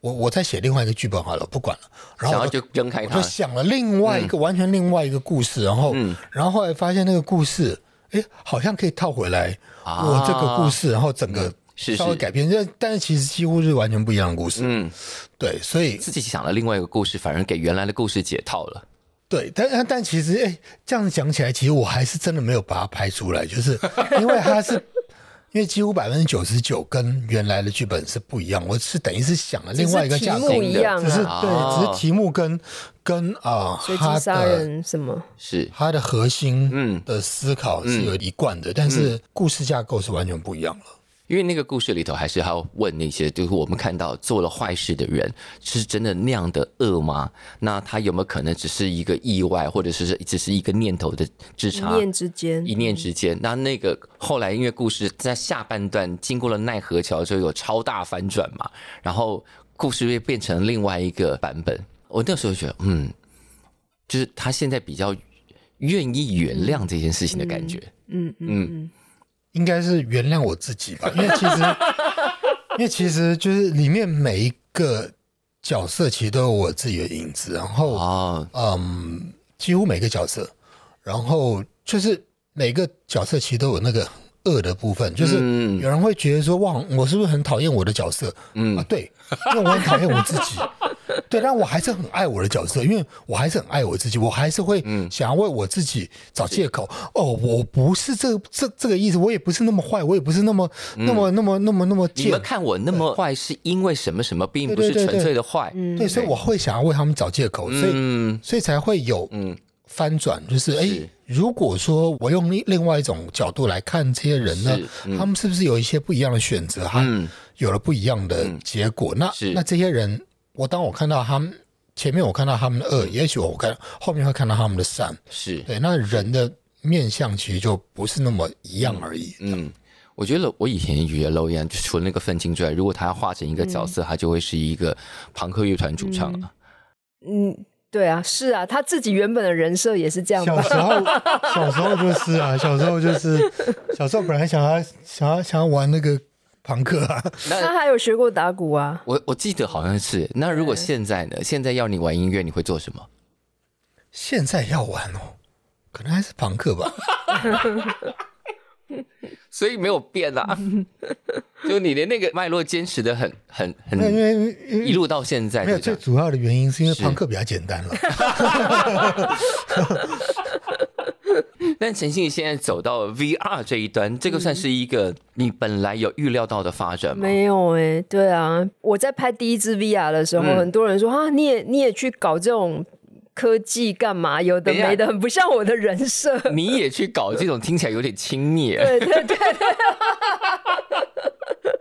S1: 我我再写另外一个剧本好了，不管了，然
S3: 想
S1: 后我
S3: 要
S1: 就
S3: 就扔开
S1: 我
S2: 啊
S3: 他
S1: 就，想了另外
S2: 嗯
S1: 一个、完全另外一个故事，然后、然后后来发现那个故事，哎，好像可以套回来
S3: 啊
S1: 我这个故事，然后整
S2: 嗯
S1: 个。
S3: 是是
S1: 稍微改编，但但是其实几乎是完全不一样的故事，
S3: 嗯，
S1: 对，所以
S3: 自己想了另外一个故事，反而给原来的故事解套了。
S1: 对，但但但其实，哎、这样讲起来，其实我还是真的没有把它拍出来，就是 因为它是，因为几乎百分之九十九跟原来的剧本是不一样，我是等于是想了另外一个
S2: 只是
S1: 架
S2: 题
S1: 构
S2: 目，一样
S1: 只是
S3: 哦
S2: 啊，
S1: 对，只是题目跟跟啊、
S2: 随
S1: 它
S2: 机杀
S1: 的
S2: 人什么？
S3: 是
S1: 它的核心
S3: 嗯
S1: 的思考是有一贯的，但是故事架构是完全不一样了。
S3: 因为那个故事里头还是要问那些，就是我们看到做了坏事的人是真的那样的恶吗？那他有没有可能只是一个意外，或者是只是一个念头的之
S2: 一
S3: 差？
S2: 念之间，
S3: 一念之间，那那个后来因为故事在下半段经过了奈何桥之后有超大反转嘛，然后故事又变成另外一个版本。我那时候觉得，嗯，就是他现在比较愿意原谅这件事情的感觉。
S4: 嗯嗯
S1: 应该是原谅我自己吧，因为其实，因为其实就是里面每一个角色其实都有我自己的影子，然后
S3: 哦，
S1: 嗯，几乎每个角色，然后就是每个角色其实都有那个恶的部分，就是
S3: 嗯
S1: 有人会觉得说，哇，我是不是很讨厌我的角色？
S3: 嗯
S1: 啊，对，因为我很讨厌我自 己。对，但我还是很爱我的角色，因为我还是很爱我自己，我还是会
S3: 嗯
S1: 想要为我自己找借口。哦，我不是这这这个意思，我也不是那么坏，我也不是那么、那么那么那么那么
S3: 嗯你
S1: 贱
S3: 们。看我那么坏，是因为什么什么，并不是
S1: 对对对
S3: 纯粹的坏。
S2: 嗯
S1: 对，所以我会想要为他们找借口，所以
S3: 嗯
S1: 所以才会有
S3: 嗯
S1: 翻转，就是哎、
S3: 是
S1: 如果说我用另另外一种角度来看这些人呢
S3: 是，
S1: 他们是不是有一些不一样的选择，还
S3: 嗯
S1: 有了不一样的结果？那
S3: 是
S1: 那这些人，我当我看到他们前面我看到他们的恶，也许我看后面会看到他们的善，
S3: 是
S1: 对，那人的面相其实就不是那么一样而已。
S3: 嗯，我觉得我以前也觉得娄烨，就除了那个愤青之外，如果他要画成一个
S1: 嗯
S3: 角色，他就会是一个朋克乐团主唱啊。
S2: 嗯，对啊，是啊，他自己原本的人设也是这样吧
S1: 小？时候， 小时候就是啊，小时候就是，小时候本来想要想要想要玩那个朋克啊，
S2: 他还有学过打鼓啊，
S3: 我我记得好像是。那如果现在呢？现在要你玩音乐，你会做什么？
S1: 现在要玩哦，可能还是朋克吧。
S3: 所以没有变 啊，就你的那个脉络坚持的很很
S1: 没有因
S3: 很，
S1: 为因为
S3: 一路到现在
S1: 没有
S3: 就这
S1: 最
S3: 样。
S1: 主要的原因是因为
S3: 是
S1: 朋克比较简 单了。
S3: 但陈信现在走到 VR 这一端，这个算是一个
S1: 嗯
S3: 你本来有预料到的发展吗？
S2: 没有哎、对啊，我在拍第一支 VR 的时候，
S3: 嗯
S2: 很多人说啊，你也你也去搞这种科技干嘛？有的
S3: 等一下
S2: 没的，很不像我的人设。
S3: 你也去搞这种听起来有点轻蔑，
S2: 对对对 对，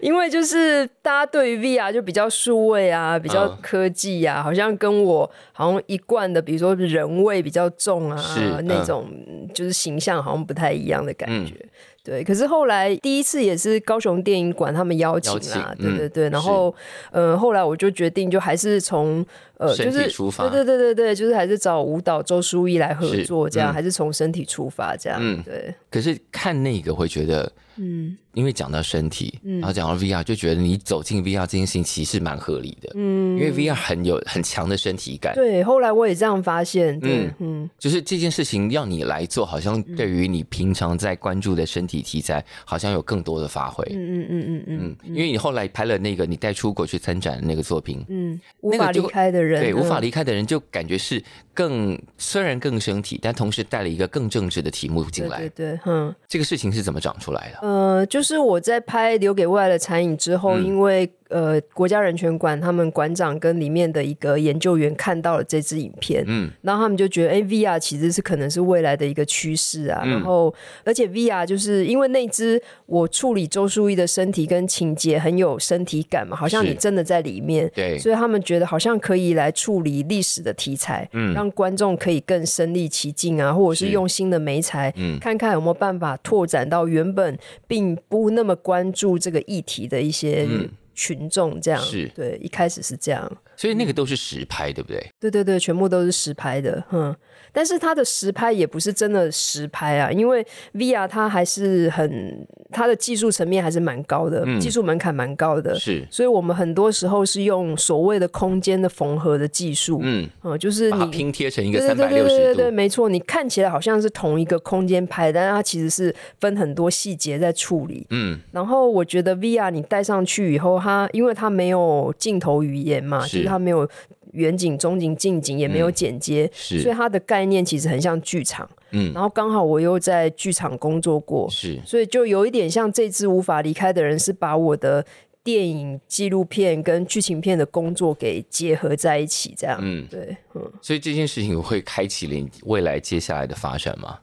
S2: 因为就是大家对于 VR 就比较数位啊，比较
S3: 嗯
S2: 科技啊，好像跟我好像一贯的，比如说人味比较重啊
S3: 是，嗯
S2: 那种嗯就是形象好像不太一样的感觉。对，可是后来第一次也是高雄电影馆他们邀请啦，
S3: 邀请嗯
S2: 对对对，然后呃后来我就决定就还是从呃
S3: 身
S2: 就
S3: 体
S2: 是
S3: 出发
S2: 对对对对对，就是还是找舞蹈周书逸来合
S3: 是
S2: 作，这
S3: 嗯
S2: 样、还是从身体出发这样，
S3: 嗯
S2: 对。
S3: 可是看那个会觉得，嗯，因为讲到身体，
S1: 嗯
S3: 然后讲到 VR，就觉得你走进 VR 这件事情其实是蛮合理的，嗯，因为 VR 很有很强的身体感，
S2: 对，后来我也这样发现，对
S3: 嗯，
S2: 嗯，
S3: 就是这件事情要你来做，好像对于你平常在关注的身体题材，好像有更多的发挥，嗯
S2: 嗯嗯嗯嗯
S3: 因为你后来拍了那个你带出国去参展的那个作品，
S2: 嗯，无
S3: 那个
S2: 法
S3: 就
S2: 离开的人，
S3: 对，无法
S2: 嗯
S3: 离开的人就感觉是更虽然更身体，但同时带了一个更政治的题目进来
S2: 对。对对，嗯
S3: 这个事情是怎么长出来的？
S2: 呃，就是我在拍《留给未来的残影》之后，
S3: 嗯
S2: 因为呃，国家人权馆他们馆长跟里面的一个研究员看到了这支影片，
S3: 嗯，
S2: 然后他们就觉得，哎，VR 其实是可能是未来的一个趋势
S3: 嗯
S2: 啊。然后，而且 VR 就是因为那只我处理周书逸的身体跟情节很有身体感嘛，好像
S3: 是
S2: 你真的在里面，
S3: 对
S2: 所以他们觉得好像可以来处理历史的题材，嗯，让观众可以更身临其境啊，或者是
S3: 是
S2: 用新的媒材，
S3: 嗯
S2: 看看有没有办法拓展到原本并不那么关注这个议题的一些
S3: 嗯
S2: 群众，这样、
S3: 是
S2: 对，一开始是这样。
S3: 所以那个都是实拍，对不对？
S2: 对对对，全部都是实拍的，嗯，但是它的实拍也不是真的实拍啊，因为 VR 它还是很它的技术层面还是蛮高的，
S3: 嗯
S2: 技术门槛蛮高的，
S3: 是，
S2: 所以我们很多时候是用所谓的空间的缝合的技术，嗯，
S3: 嗯，
S2: 就是
S3: 把它
S2: 你
S3: 拼贴成一
S2: 对
S3: 个三
S2: 对
S3: 百
S2: 对
S3: 六
S2: 对
S3: 十
S2: 对对，
S3: 度，
S2: 没错，你看起来好像是同一个空间拍，但是它其实是分很多细节在处理。
S3: 嗯，
S2: 然后我觉得 VR 你戴上去以后，它因为它没有镜头语言嘛，
S3: 是嗯
S2: 就是它没有远景、中景、近景，也没有剪接，所以
S3: 是，
S2: 它的概念其实很像剧场。
S3: 嗯，
S2: 然后刚好我又在剧场工作过，
S3: 是，
S2: 所以就有一点像这支无法离开的人，是把我的电影、纪录片跟剧情片的工作给结合在一起，这样。
S3: 嗯，
S2: 对，嗯。
S3: 所以这件事情会开启了你未来接下来的发展吗？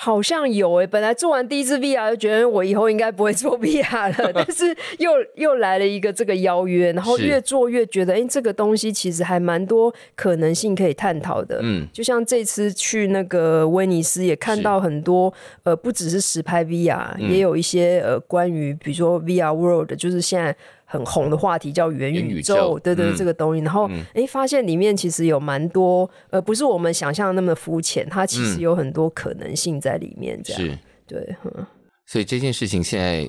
S2: 好像有诶、本来做完第一支 VR 就觉得我以后应该不会做 VR 了，但是又又来了一个这个邀约，然后
S3: 是
S2: 越做越觉得，哎、这个东西其实还蛮多可能性可以探讨的。
S3: 嗯，
S2: 就像这次去那个威尼斯，也看到很多呃，
S3: 嗯
S2: 不只是实拍 VR，、也有一些呃关于比如说 VR World，就是现在很红的话题叫元宇宙，
S3: 元宇宙
S2: 对对，
S3: 嗯
S2: 这个东西。然后哎、诶发现里面其实有蛮多，呃，不是我们想象的那么肤浅，它其
S3: 嗯
S2: 实有很多可能性在里面。这样、
S3: 是，
S2: 对，嗯
S3: 所以这件事情现在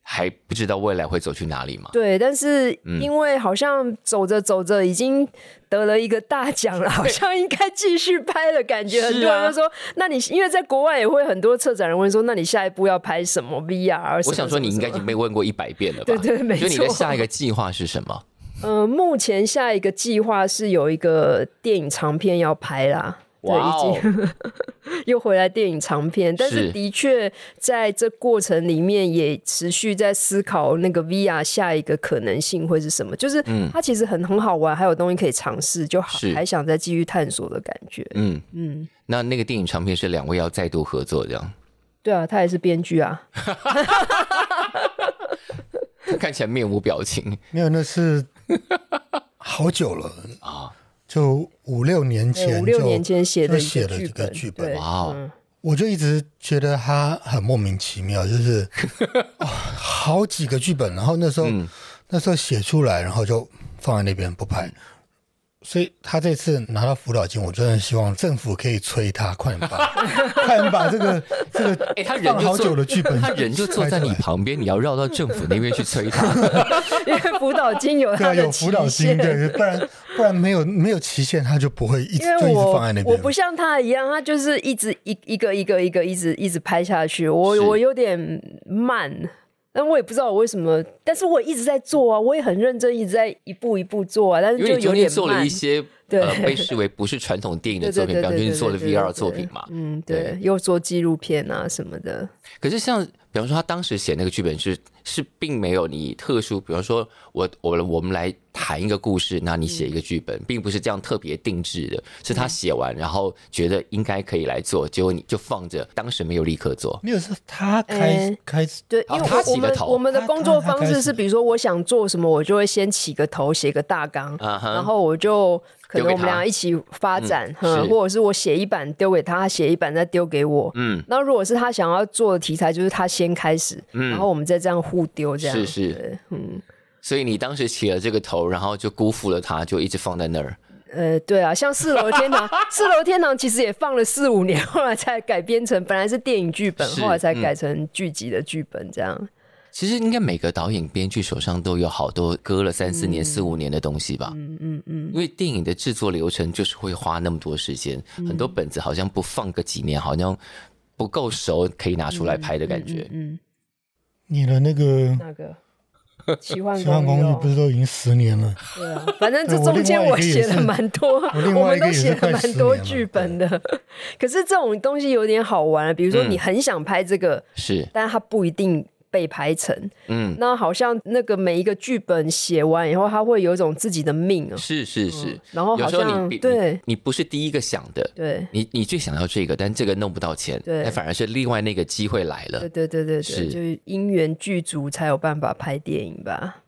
S3: 还不知道未来会走去哪里嘛？
S2: 对。但是
S3: 嗯
S2: 因为好像走着走着已经得了一个大奖了，好像应该继续拍了感觉。
S3: 是啊
S2: 很多人就说，那你因为在国外也会很多策展人问说，那你下一步要拍什么 VR？什
S3: 我
S2: 么
S3: 想说，你应
S2: 什么
S3: 该已
S2: 什么
S3: 经被问过一百遍了吧？
S2: 对对没
S3: 就你的
S2: 错
S3: 下一个计划是什么？
S2: 呃，目前下一个计划是有一个电影长片要拍啦。 对，已经
S3: 哦
S2: 又回来电影长片，但是
S3: 是
S2: 的确在这过程里面也持续在思考那个 VR 下一个可能性会是什么，就是它其实很很好玩，还有东西可以尝试，就
S3: 嗯
S2: 好
S3: 是
S2: 还想再继续探索的感觉。
S3: 嗯嗯，那那个电影长片是两位要再度合作这样，
S2: 对啊，他也是编剧啊，
S3: 看起来面无表情
S1: 没有，那是好久 了，
S3: 啊，
S1: 就五六年前
S2: 哦对
S1: 就，
S2: 五六年前写的
S1: 就写
S2: 一
S1: 了
S2: 个
S1: 一
S2: 剧
S1: 个
S2: 本，
S1: 剧本
S2: 对
S3: 哇哦，
S1: 我就一直觉得他很莫名其妙，就是 哦好几个剧本，然后那时候、
S2: 嗯
S1: 那时候写出来，然后就放在那边不拍。所以他这次拿到辅导金，我真的希望政府可以催他，快点 把快点把这个这个
S3: 哎，他人
S1: 放
S3: 就
S1: 好
S3: 坐
S1: 久的剧本，
S3: 他人就坐在你旁边，你要绕到政府那边去催 他。
S2: 因为辅导金有
S1: 对啊，
S2: 他的
S1: 有辅导
S2: 期
S1: 金，
S2: 限。
S1: 对，不然不然没有没有期限，他就不会一直
S2: 因为
S1: 就一直
S2: 我
S1: 放在那
S2: 我
S1: 边。
S2: 不像他一样，他就是一直一一个一个一个一直一直拍下去，
S3: 是
S2: 我我有点慢。但我也不知道我为什么，但是我一直在做啊，我也很认真，一直在一步一步做啊，但是
S3: 因为
S2: 就
S3: 你中
S2: 有
S3: 间
S2: 点
S3: 做了
S2: 慢
S3: 一。些
S2: 对
S3: 呃被视为不是传统电影的
S2: 对
S3: 作
S2: 对
S3: 品，
S2: 对
S3: 比方说
S2: 对对
S3: 你
S2: 对对
S3: 做了
S2: 对
S3: VR
S2: 对
S3: 作品嘛。
S2: 嗯，
S3: 对
S2: 对，又做纪录片啊什么的，
S3: 可是像比方说他当时写那个剧本是是并没有你特殊，比方说我我我们来谈一个故事，那你写一个剧
S2: 嗯
S3: 本，并不是这样特别定制的，是他写完然后觉得应该可以来做，结果你就放着，当时没有立刻做。
S1: 没有是他开
S2: 哎
S1: 开始
S2: 对，
S3: 哦
S2: 因为
S3: 他
S2: 我
S3: 起
S2: 我
S3: 个
S2: 们
S3: 头
S2: 我们的
S1: 他
S2: 工作
S1: 他他
S2: 方
S1: 开
S2: 式
S1: 始
S2: 是，比如说我想做什么，我就会先起个头，写个大纲，
S3: 啊哈
S2: 然后我就可
S3: 丢
S2: 能
S3: 给
S2: 我们
S3: 他
S2: 俩一起发展，
S3: 嗯
S2: 嗯
S3: 是
S2: 或者是我写一版丢给他，他写一版再丢给我，
S3: 嗯，
S2: 那如果是他想要做的题材，就是他先开始，然后我们再这样互丢，这样
S3: 嗯是是，
S2: 对嗯，
S3: 所以你当时起了这个头，然后就辜负了他，就一直放在那儿。
S2: 呃，对啊，像四楼天堂，四楼天堂其实也放了四五年，后来才改编成，本来是电影剧本，
S3: 是嗯
S2: 后来才改成剧集的剧本，这样。
S3: 其实应该每个导演、编剧手上都有好多搁了三四年、
S2: 嗯
S3: 四五年的东西吧。嗯嗯嗯。因为电影的制作流程就是会花那么多时间，很
S2: 嗯
S3: 多本子好像不放个几年，好像不够熟可以拿出来拍的感觉。
S2: 嗯，
S1: 你的那个
S2: 那 个奇幻
S1: 奇幻公寓不
S2: 寓
S1: 是都已经十年了？
S2: 哦，对啊，反正这
S1: 对哎我
S2: 中间
S1: 另外一
S2: 我
S1: 个也
S2: 写了
S1: 是
S2: 蛮多，
S1: 我另外
S2: 们
S1: 一个
S2: 都
S1: 也是
S2: 写了
S1: 快
S2: 蛮
S1: 10
S2: 多
S1: 年了
S2: 剧本的。 可是这种东西有点好玩，啊比如
S1: 嗯
S2: 说你很想拍这个，
S3: 是，
S2: 但它不一定被拍成。
S3: 嗯，
S2: 那好像那个每一个剧本写完以后，他会有一种自己的命哦。
S3: 是是是。
S2: 然后
S3: 有
S2: 哦好
S3: 时候
S2: 像
S3: 你比你
S2: 对
S3: 你不是第一个想的，
S2: 对
S3: 你你最想要这个，但这个弄不到钱，
S2: 对
S3: 那反而是另外那个机会来了
S2: 对。对对对
S3: 是
S2: 对，就是因缘具足才有办法拍电影吧。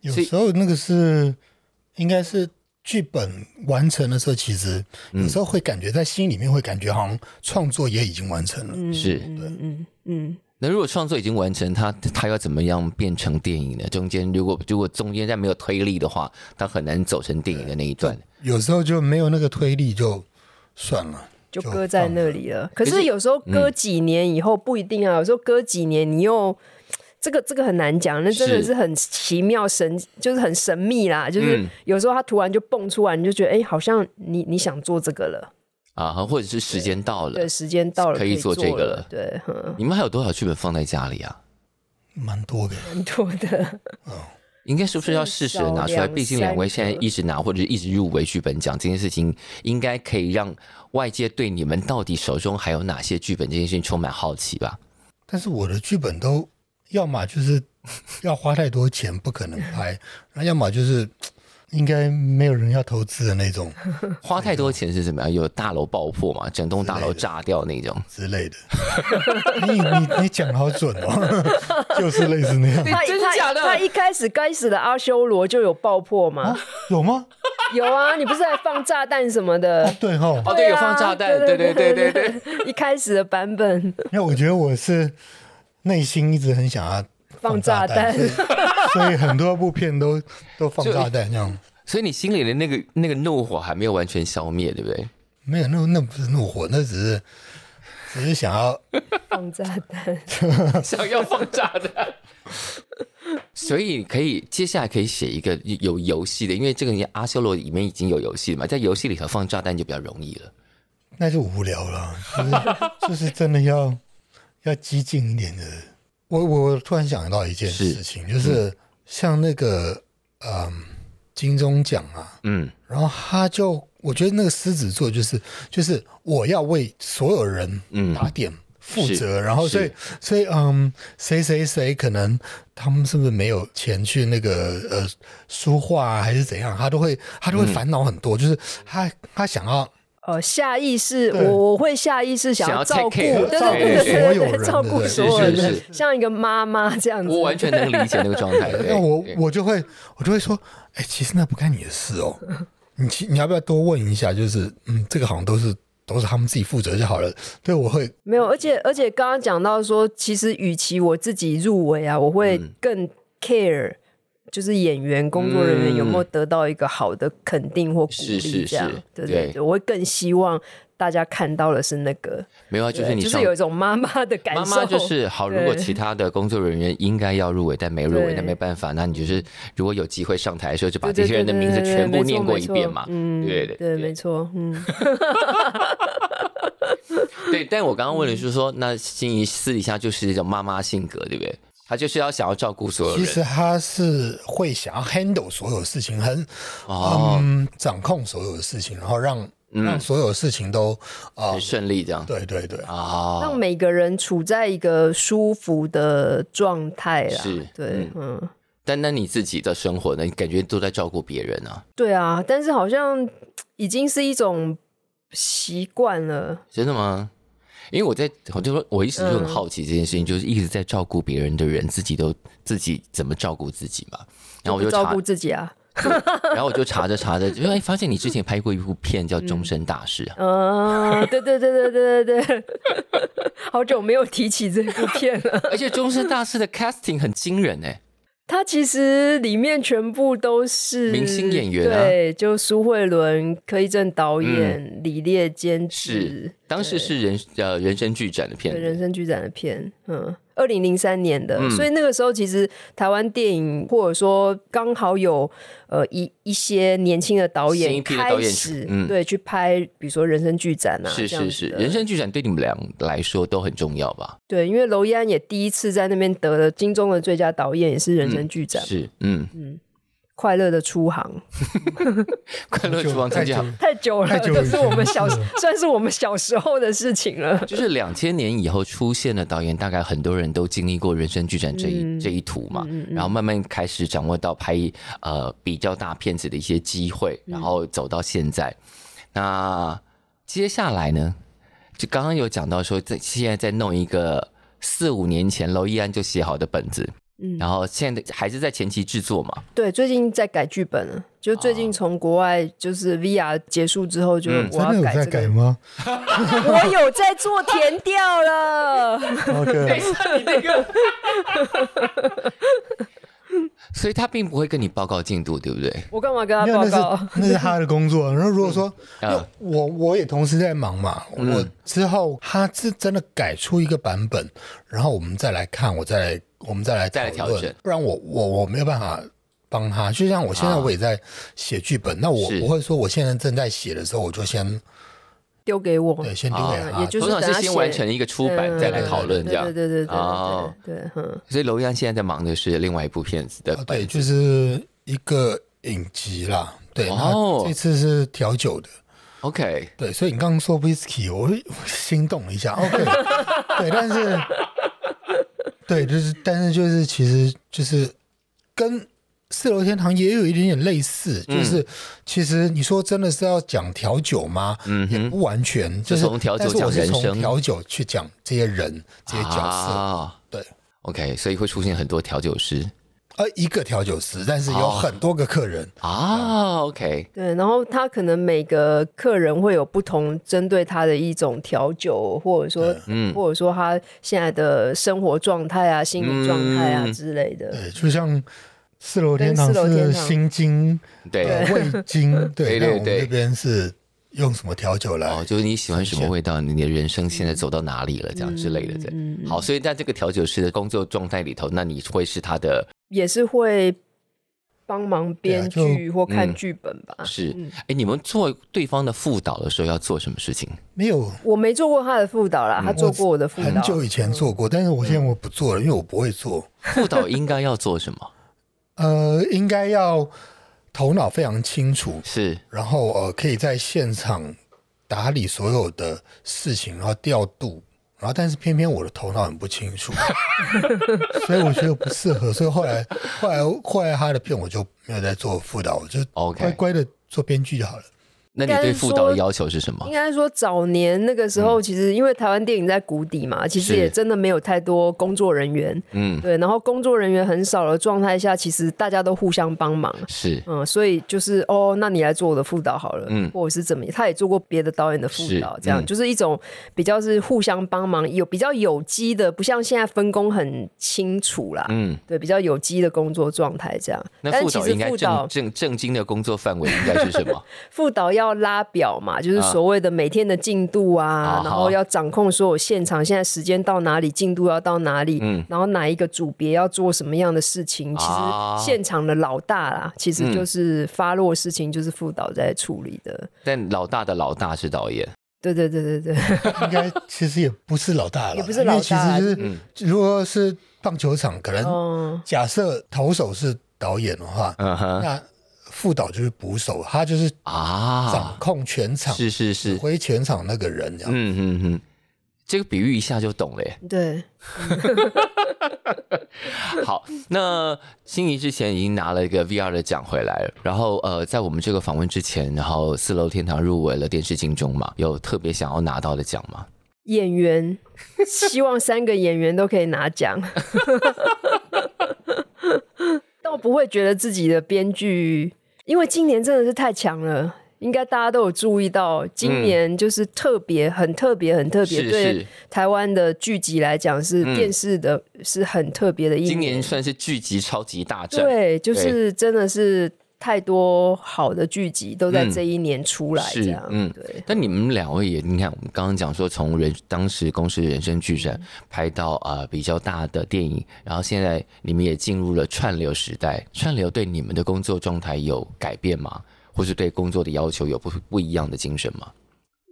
S1: 有
S3: 所以
S1: 时候那个是应该是剧本完成的时候，其实
S3: 嗯
S1: 有时候会感觉在心里面会感觉好像创作也已经完成了。
S3: 是，
S2: 嗯嗯嗯，
S3: 那如果创作已经完成，它它要怎么样变成电影呢？中间如果如果中间再没有推力的话，它很难走成电影的那一段。
S1: 有时候就没有那个推力就算了，
S2: 就
S1: 就
S2: 搁在
S1: 放
S2: 那
S1: 着
S2: 里了。可
S3: 可是嗯
S2: 是有时候搁几年以后不一定啊，有时候搁几年你又。这个这个很难讲，那真的
S3: 是
S2: 是很奇妙神，就是很神秘啦。就是
S3: 嗯
S2: 有时候它突然就蹦出来，你就觉得哎、好像你你想做这个了，
S3: 啊，或者是时间到了
S2: 对，，时间到了
S3: 可以
S2: 以
S3: 做这个了
S2: 了，对， 哼
S3: 你们还有多少剧本放在家里啊？
S1: 蛮多的。
S2: 很多的。
S3: 应该是不是要适时的拿出
S2: 至少
S3: 来？
S2: 两
S3: 毕竟两位现在
S2: 三个
S3: 一直拿或者一直入围剧本奖这件事情，应该可以让外界对你们到底手中还有哪些剧本这件事情充满好奇吧？
S1: 但是我的剧本都要么就是 要花太多钱不可能拍，然后要么就是应该没有人要投资的那种
S3: 花太多钱是怎么样？有大楼爆破嘛，整栋大楼炸掉那种。
S1: 之类 的。你你你讲的好准哦， 就是类似那样。
S2: 他
S3: 真的假的
S2: 他他一开始该死的阿修罗就有爆破吗？
S1: 啊有吗？
S2: 有啊，你不是还放炸弹什么的
S1: 啊？对哈、
S3: 哦，
S2: 对啊
S3: 有放炸弹，对对
S2: 对
S3: 对对
S2: 对
S3: 对。
S2: 对， 一开始的版本
S1: 因为我觉得我是内心一直很想要
S2: 放
S1: 炸
S2: 炸弹
S1: 所以 所以很多部片都都放炸弹这样。
S3: 所以你心里的那个那个怒火还没有完全消灭，对不对？
S1: 没有，那那不是怒火，那只是只是想要
S2: 放炸弹，
S3: 想要放炸弹。所以可以接下来可以写一个有游戏的，因为这个阿修罗里面已经有游戏了嘛，在游戏里头放炸弹就比较容易了。
S1: 那就无聊了， 就是就是真的要要激进一点的。我我突然想到一件事情，就是像那个嗯金钟奖啊，
S3: 嗯，
S1: 然后他就我觉得那个狮子座就是就是我要为所有人
S3: 嗯
S1: 打点负责，
S3: 是
S1: 然后所以
S3: 是
S1: 所以嗯谁谁谁可能他们是不是没有钱去那个呃书画、啊、还是怎样，他都会他都会烦恼很
S3: 嗯
S1: 多，就是他他想要。
S2: 呃，下意识
S1: 对
S2: 我我会下意识想
S3: 想要
S2: 要照顾，
S3: take care，
S2: 对对
S1: 照顾
S2: 对
S1: 所有
S2: 对
S1: 人
S2: 对对，照顾
S1: 对
S2: 所有
S3: 是是
S2: 人
S3: 是，
S2: 像一个妈妈这样子。
S3: 我完全能理解那个状态。对
S1: 那我
S3: 对
S1: 我就会我就会说，哎、其实那不干你的事哦，你其你要不要多问一下？就是嗯，这个好像都是都是他们自己负责就好了。对，我会
S2: 没有，而且而且刚刚讲到说，其实与其我自己入围啊，我会更 care，、就是演员工作人员有没有得到一个好的肯定或鼓
S3: 是是
S2: 励，这样
S3: 是
S2: 对
S3: 对
S2: 对对，我会更希望大家看到的是那个，
S3: 没有啊，就是
S2: 对
S3: 你
S2: 就
S3: 上
S2: 是有一种妈妈的感
S3: 妈
S2: 受，
S3: 妈就是好。如果
S2: 对
S3: 其他的工作人员应该要入围，但没入围，
S2: 对
S3: 那没办法。那你就是如果有机会上台的时候，就把
S2: 对
S3: 这
S2: 对
S3: 些人的
S2: 对对
S3: 名字
S2: 对
S3: 全部
S2: 没错
S3: 念过
S2: 没
S3: 一
S2: 错
S3: 遍嘛。
S2: 嗯，
S3: 对对
S2: 没错，嗯，
S3: 对，但我刚刚
S2: 嗯
S3: 问的是说，那心仪私底下就是一种妈妈性格，对不对？她就是要想要照顾所有
S1: 其
S3: 人。
S1: 实他是会想要 handle 所有事情，很、
S3: 哦
S1: 嗯掌控所有的事情，然后让、
S3: 嗯
S1: 让所有事情都啊、
S3: 很顺利这样
S1: 对对对，
S3: 啊，
S2: 让每个人处在一个舒服的状态啦，
S3: 是
S2: 对，嗯
S3: 但那你自己的生活呢？你感觉都在照顾别人啊，
S2: 对啊，但是好像已经是一种习惯了。
S3: 真的吗？因为我在，我就说，我一直就
S2: 嗯
S3: 很好奇这件事情，就是一直在照顾别人的人，自己都自己怎么照顾自己嘛。然后我
S2: 不
S3: 就
S2: 照
S3: 查
S2: 顾，自己啊，
S3: 然后我就查着查着，就哎，发现你之前拍过一部片叫《终身大事》啊，
S2: 嗯， 对对对对对对 对，好久没有提起这部片了。
S3: 而且《终身大事》的 casting 很惊人哎、
S2: 它其实里面全部都是
S3: 明星演员啊嗯
S2: 对，就苏慧伦、柯一正导演、李烈监
S3: 是
S2: 制，
S3: 当时是人呃人生剧展的片
S2: 对，人生剧展的片，嗯，二零零三年的，
S3: 嗯
S2: 所以那个时候其实台湾电影或者说刚好有呃一一些年轻的导
S3: 新一
S2: 演
S3: 批的导
S2: 开
S3: 演
S2: 始
S3: 嗯
S2: 对去拍，比如说人生剧展啊，
S3: 是
S2: 这样
S3: 是
S2: 子
S3: 是，
S2: 的
S3: 人生剧展对你们俩来说都很重要吧？
S2: 对，因为娄艺安也第一次在那边得了金钟的最佳导演，也是人生剧展，
S3: 是，嗯，
S2: 快乐的出航》
S3: 快乐
S1: 就
S3: 厨房
S1: 太
S3: 参加
S1: 久。
S2: 太久了，
S1: 太久了
S2: 这是我们小 算是我们小时候的事情了。
S3: 就是两千年以后出现的导演，大概很多人都经历过人生剧展这一、
S2: 嗯
S3: 这一途嘛，
S2: 嗯嗯嗯
S3: 然后慢慢开始掌握到拍呃比较大片子的一些机会，
S2: 嗯
S3: 然后走到现在。那接下来呢，就刚刚有讲到说，在现在在弄一个四五年前娄艺安就写好的本子，
S2: 嗯
S3: 然后现在还是在前期制作嘛，
S2: 对，最近在改剧本了，就最近从国外就是 VR 结束之后，就
S3: 哦嗯
S2: 我要
S1: 真的有
S2: 改
S1: 在
S2: 这个
S1: 改 吗
S2: 我有在做填调了，
S1: ？OK，
S3: 所以他并不会跟你报告进度，对不对？
S2: 我干嘛跟他
S1: 没有，
S2: 报
S1: 那
S2: 告
S1: 是？那是他的工作。然后如果说，
S3: 嗯
S1: 因为我我也同时在忙嘛，我之后他是真的改出一个版本，然后我们再来看，我再来我们再来
S3: 再来
S1: 讨
S3: 调
S1: 论
S3: 整，
S1: 不然我我我没有办法。帮他，就像我现在
S3: 啊
S1: 我也在写剧本，那我
S3: 是
S1: 不会说我现在正在写的时候，我就先
S2: 丢给我，
S1: 对先丢给
S2: 啊
S1: 他，
S2: 也就
S3: 通常
S2: 等
S3: 是
S2: 他
S3: 先
S2: 写
S3: 完成一个出版，
S2: 嗯
S3: 再来讨论这样。
S2: 对对对对
S3: 哦
S2: 对对对，嗯，
S3: 所以娄艺安现在在忙的是另外一部片子的
S1: 啊
S3: 版
S1: 对，就是一个影集啦，对，
S3: 哦
S1: 那这次是调酒的，
S3: OK，
S1: 对，所以你刚刚说 whisky，我 我心动了一下。OK，对， 但是，对，就是，但是就是，其实就是跟四楼天堂也有一点点类似，
S3: 嗯
S1: 就是、其实你说真的是要讲调酒吗？嗯，也不完全，就是
S3: 从调酒
S1: 但是我
S3: 讲
S1: 是
S3: 人
S1: 从
S3: 生
S1: 调酒去讲这些人、这些角色，
S3: 啊、
S1: 对。
S3: OK，所以会出现很多调酒师
S1: 呃，一个调酒师，但是有
S3: 哦
S1: 很多个客人，嗯
S3: 啊。OK，
S2: 对。然后他可能每个客人会有不同针对他的一种调酒，或者说，
S3: 嗯
S2: 或者说他现在的生活状态啊、心理状态啊
S3: 嗯
S2: 之类的。
S1: 对，就像四楼天堂
S2: 跟四楼天
S1: 是
S2: 堂
S1: 心经、
S3: 对
S1: 呃，味 精，对，
S3: 对对
S1: 那我们
S3: 对
S1: 这边是用什么调酒来
S3: 哦，？就是你喜欢什么味道，你的人生
S1: 嗯
S3: 现在走到哪里了，这样之类的。这样好，所以在这个调酒师的工作状态里头，那你会是他的
S2: 也是会帮忙编
S1: 对啊
S2: 剧或看
S3: 嗯
S2: 剧本吧。
S3: 是
S1: 嗯
S3: 哎，你们做对方的副导的时候要做什么事情？
S1: 没有，
S2: 我没做过他的副导啦，他做过我的副嗯导。
S1: 很久以前做过，但是我现在我不做了，因为我不会做。
S3: 副导应该要做什么？
S1: 呃，应该要头脑非常清楚，
S3: 是
S1: 然后呃，可以在现场打理所有的事情，然后调度，然后但是偏偏我的头脑很不清 楚，所以我觉得不适合，所以后来后来后来他的片我就没有再做副导，我就
S3: OK
S1: 乖乖的做编剧就好了。
S3: 那你对副导的要求是什么
S2: 应？该说早年那个时候，其实因为台湾电影在谷底嘛，其
S3: 嗯
S2: 实
S3: 是
S2: 也真的没有太多工作人员，
S3: 嗯，
S2: 对，然后工作人员很少的状态下，其实大家都互相帮忙。
S3: 是
S2: 嗯，所以就是哦，那你来做我的副导好了，
S3: 嗯
S2: 或者是怎么样？他也做过别的导演的副
S3: 是
S2: 导，这样、
S3: 嗯
S2: 就是一种比较是互相帮忙，有比较有机的，不像现在分工很清楚啦，
S3: 嗯。
S2: 对，比较有机的工作状态这样。
S3: 那
S2: 但
S3: 副
S2: 是其
S3: 导
S2: 实
S3: 应该
S2: 副
S3: 正
S2: 导
S3: 正正经的工作范围应该是什 么？
S2: 副导要拉表嘛，就是
S3: 啊
S2: 所谓的每天的进度啊，
S3: 啊
S2: 然
S3: 好
S2: 后要掌控所有现场现在时间到哪里，进度要到哪里，
S3: 嗯
S2: 然后哪一个组别要做什么样的事情。其
S3: 啊嗯
S2: 实现场的老大啦，其实就是发落事情就是副导在处理的。
S3: 但老大的老大是导演，
S2: 对对对 对对，
S1: 应该其实也不是老大了，
S2: 也不是老大
S1: 因为其实
S3: 嗯
S1: 就是如果是棒球场，可能
S2: 嗯，
S1: 假设投手是导演的话，
S3: 嗯哼
S1: 那副导就是捕手，他就是掌
S3: 啊，
S1: 控全场、
S3: 是是是
S1: 指，挥全场那个人这样。
S3: 嗯嗯嗯，这个比喻一下就懂了耶。
S2: 对，
S3: 好，那心仪之前已经拿了一个 VR 的奖回来了，然后呃，在我们这个访问之前，然后四楼天堂入围了电视金钟嘛，有特别想要拿到的奖吗？
S2: 演员，希望三个演员都可以拿奖。倒不会觉得自己的编剧，因为今年真的是太强了，应该大家都有注意到，今年就是特别、很特别、很特别，
S3: 嗯是是嗯
S2: 对台湾的剧集来讲是电视的，是很特别的一
S3: 今年算是剧集超级大战，
S2: 对，就是真的是太多好的剧集都在
S3: 嗯
S2: 这一年出来，这
S3: 是
S2: 样，
S3: 嗯
S2: 对。
S3: 但你们两位也，你看我们刚刚讲说，从人当时公司人生剧展拍到啊、呃比较大的电影，然后现在你们也进入了串流时代，串流对你们的工作状态有改变吗？或是对工作的要求有不不一样的精神吗？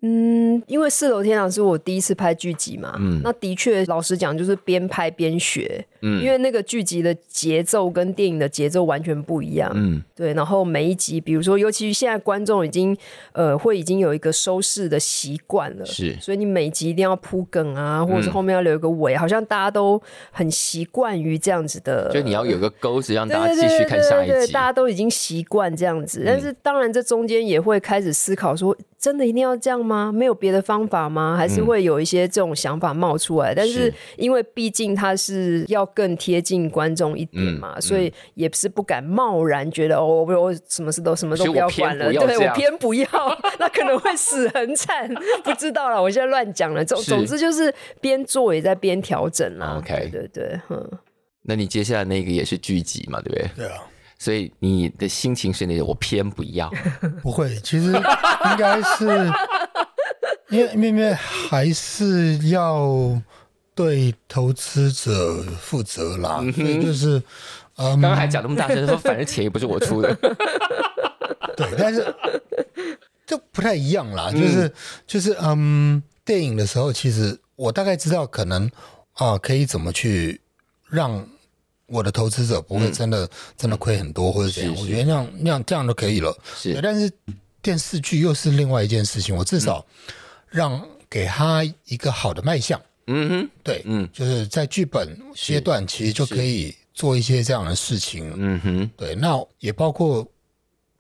S2: 嗯，因为四楼天堂是我第一次拍剧集嘛，
S3: 嗯
S2: 那的确，老实讲，就是边拍边学，
S3: 嗯
S2: 因为那个剧集的节奏跟电影的节奏完全不一样，
S3: 嗯，
S2: 对。然后每一集，比如说，尤其是现在观众已经呃会已经有一个收视的习惯了，
S3: 是嗯
S2: 所以你每集一定要铺梗啊，或者是后面要留一个尾，好像大家都很习惯于这样子的，
S3: 就你要有个钩子，让
S2: 对
S3: 大家
S2: 对
S3: 继
S2: 对
S3: 续
S2: 对
S3: 看下一
S2: 对对
S3: 集。嗯
S2: 大家都已经习惯这样子。但是当然，这中间也会开始思考说，真的一定要这样吗？没有别的方法吗？还是会有一些这种想法冒出来。但是
S3: 嗯是
S2: 因为毕竟它是要更贴近观众一点
S3: 嗯
S2: 嘛，所以也是不敢贸然觉得哦，我我我什么事都什么都
S3: 所以
S2: 不要
S3: 我偏
S2: 管
S3: 不
S2: 了，
S3: 要
S2: 对
S3: 这
S2: 我
S3: 样
S2: 偏不要， 那可能会死很惨。 不知道了，我现在乱讲了。总
S3: 是
S2: 总之就是边做也在边调整啦。
S3: OK
S2: 对对对，嗯。
S3: 那你接下来那个也是剧集嘛，对不对？
S1: 对啊，
S3: 所以你的心情是那种我偏不要，
S1: 不会，其实应该 是因为因为因为还是要对投资者负责啦，所以就是嗯，
S3: 刚刚还讲那么大声说，反正钱也不是我出 的。
S1: 对，但是就不太一样啦，就是、就是嗯，电影的时候，其实我大概知道可能啊、可以怎么去让我的投资者不会真的、真的亏很多或者怎样，
S3: 嗯是
S1: 我觉得那样那样这样就可以了。
S3: 是
S1: 对但是电视剧又是另外一件事情，我至少让给他一个好的卖相。
S3: 嗯哼，
S1: 对，
S3: 嗯
S1: 就是在剧本阶段，其实就可以做一些这样的事情。
S3: 嗯哼，
S1: 对，那也包括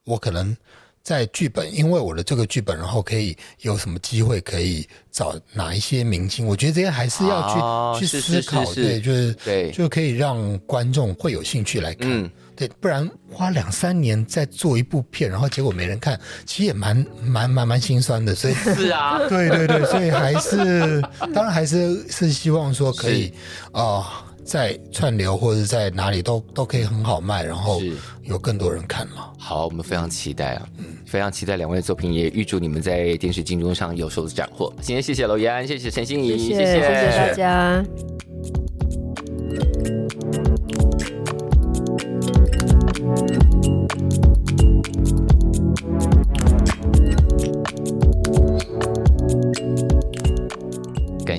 S1: 我可能在剧本，因为我的这个剧本，然后可以有什么机会可以找哪一些明星？我觉得这些还是要去、
S3: 哦
S1: 去
S3: 是
S1: 思考，
S3: 是是是
S1: 对，就是
S3: 对
S1: 就可以让观众会有兴趣来看。
S3: 嗯
S1: 对，不然花两三年再做一部片，然后结果没人看，其实也蛮蛮蛮蛮心酸的。所以，
S3: 是啊，
S1: 对对对，所以还是当然还是是希望说可以啊、呃在串流或者在哪里都都可以很好卖，然后
S3: 是
S1: 有更多人看嘛。
S3: 好，我们非常期待啊，非常期待两位的作品，也预祝你们在电视竞争上有所斩获。今天谢谢娄烨安，谢谢陈欣怡，
S2: 谢谢谢大家。
S3: 感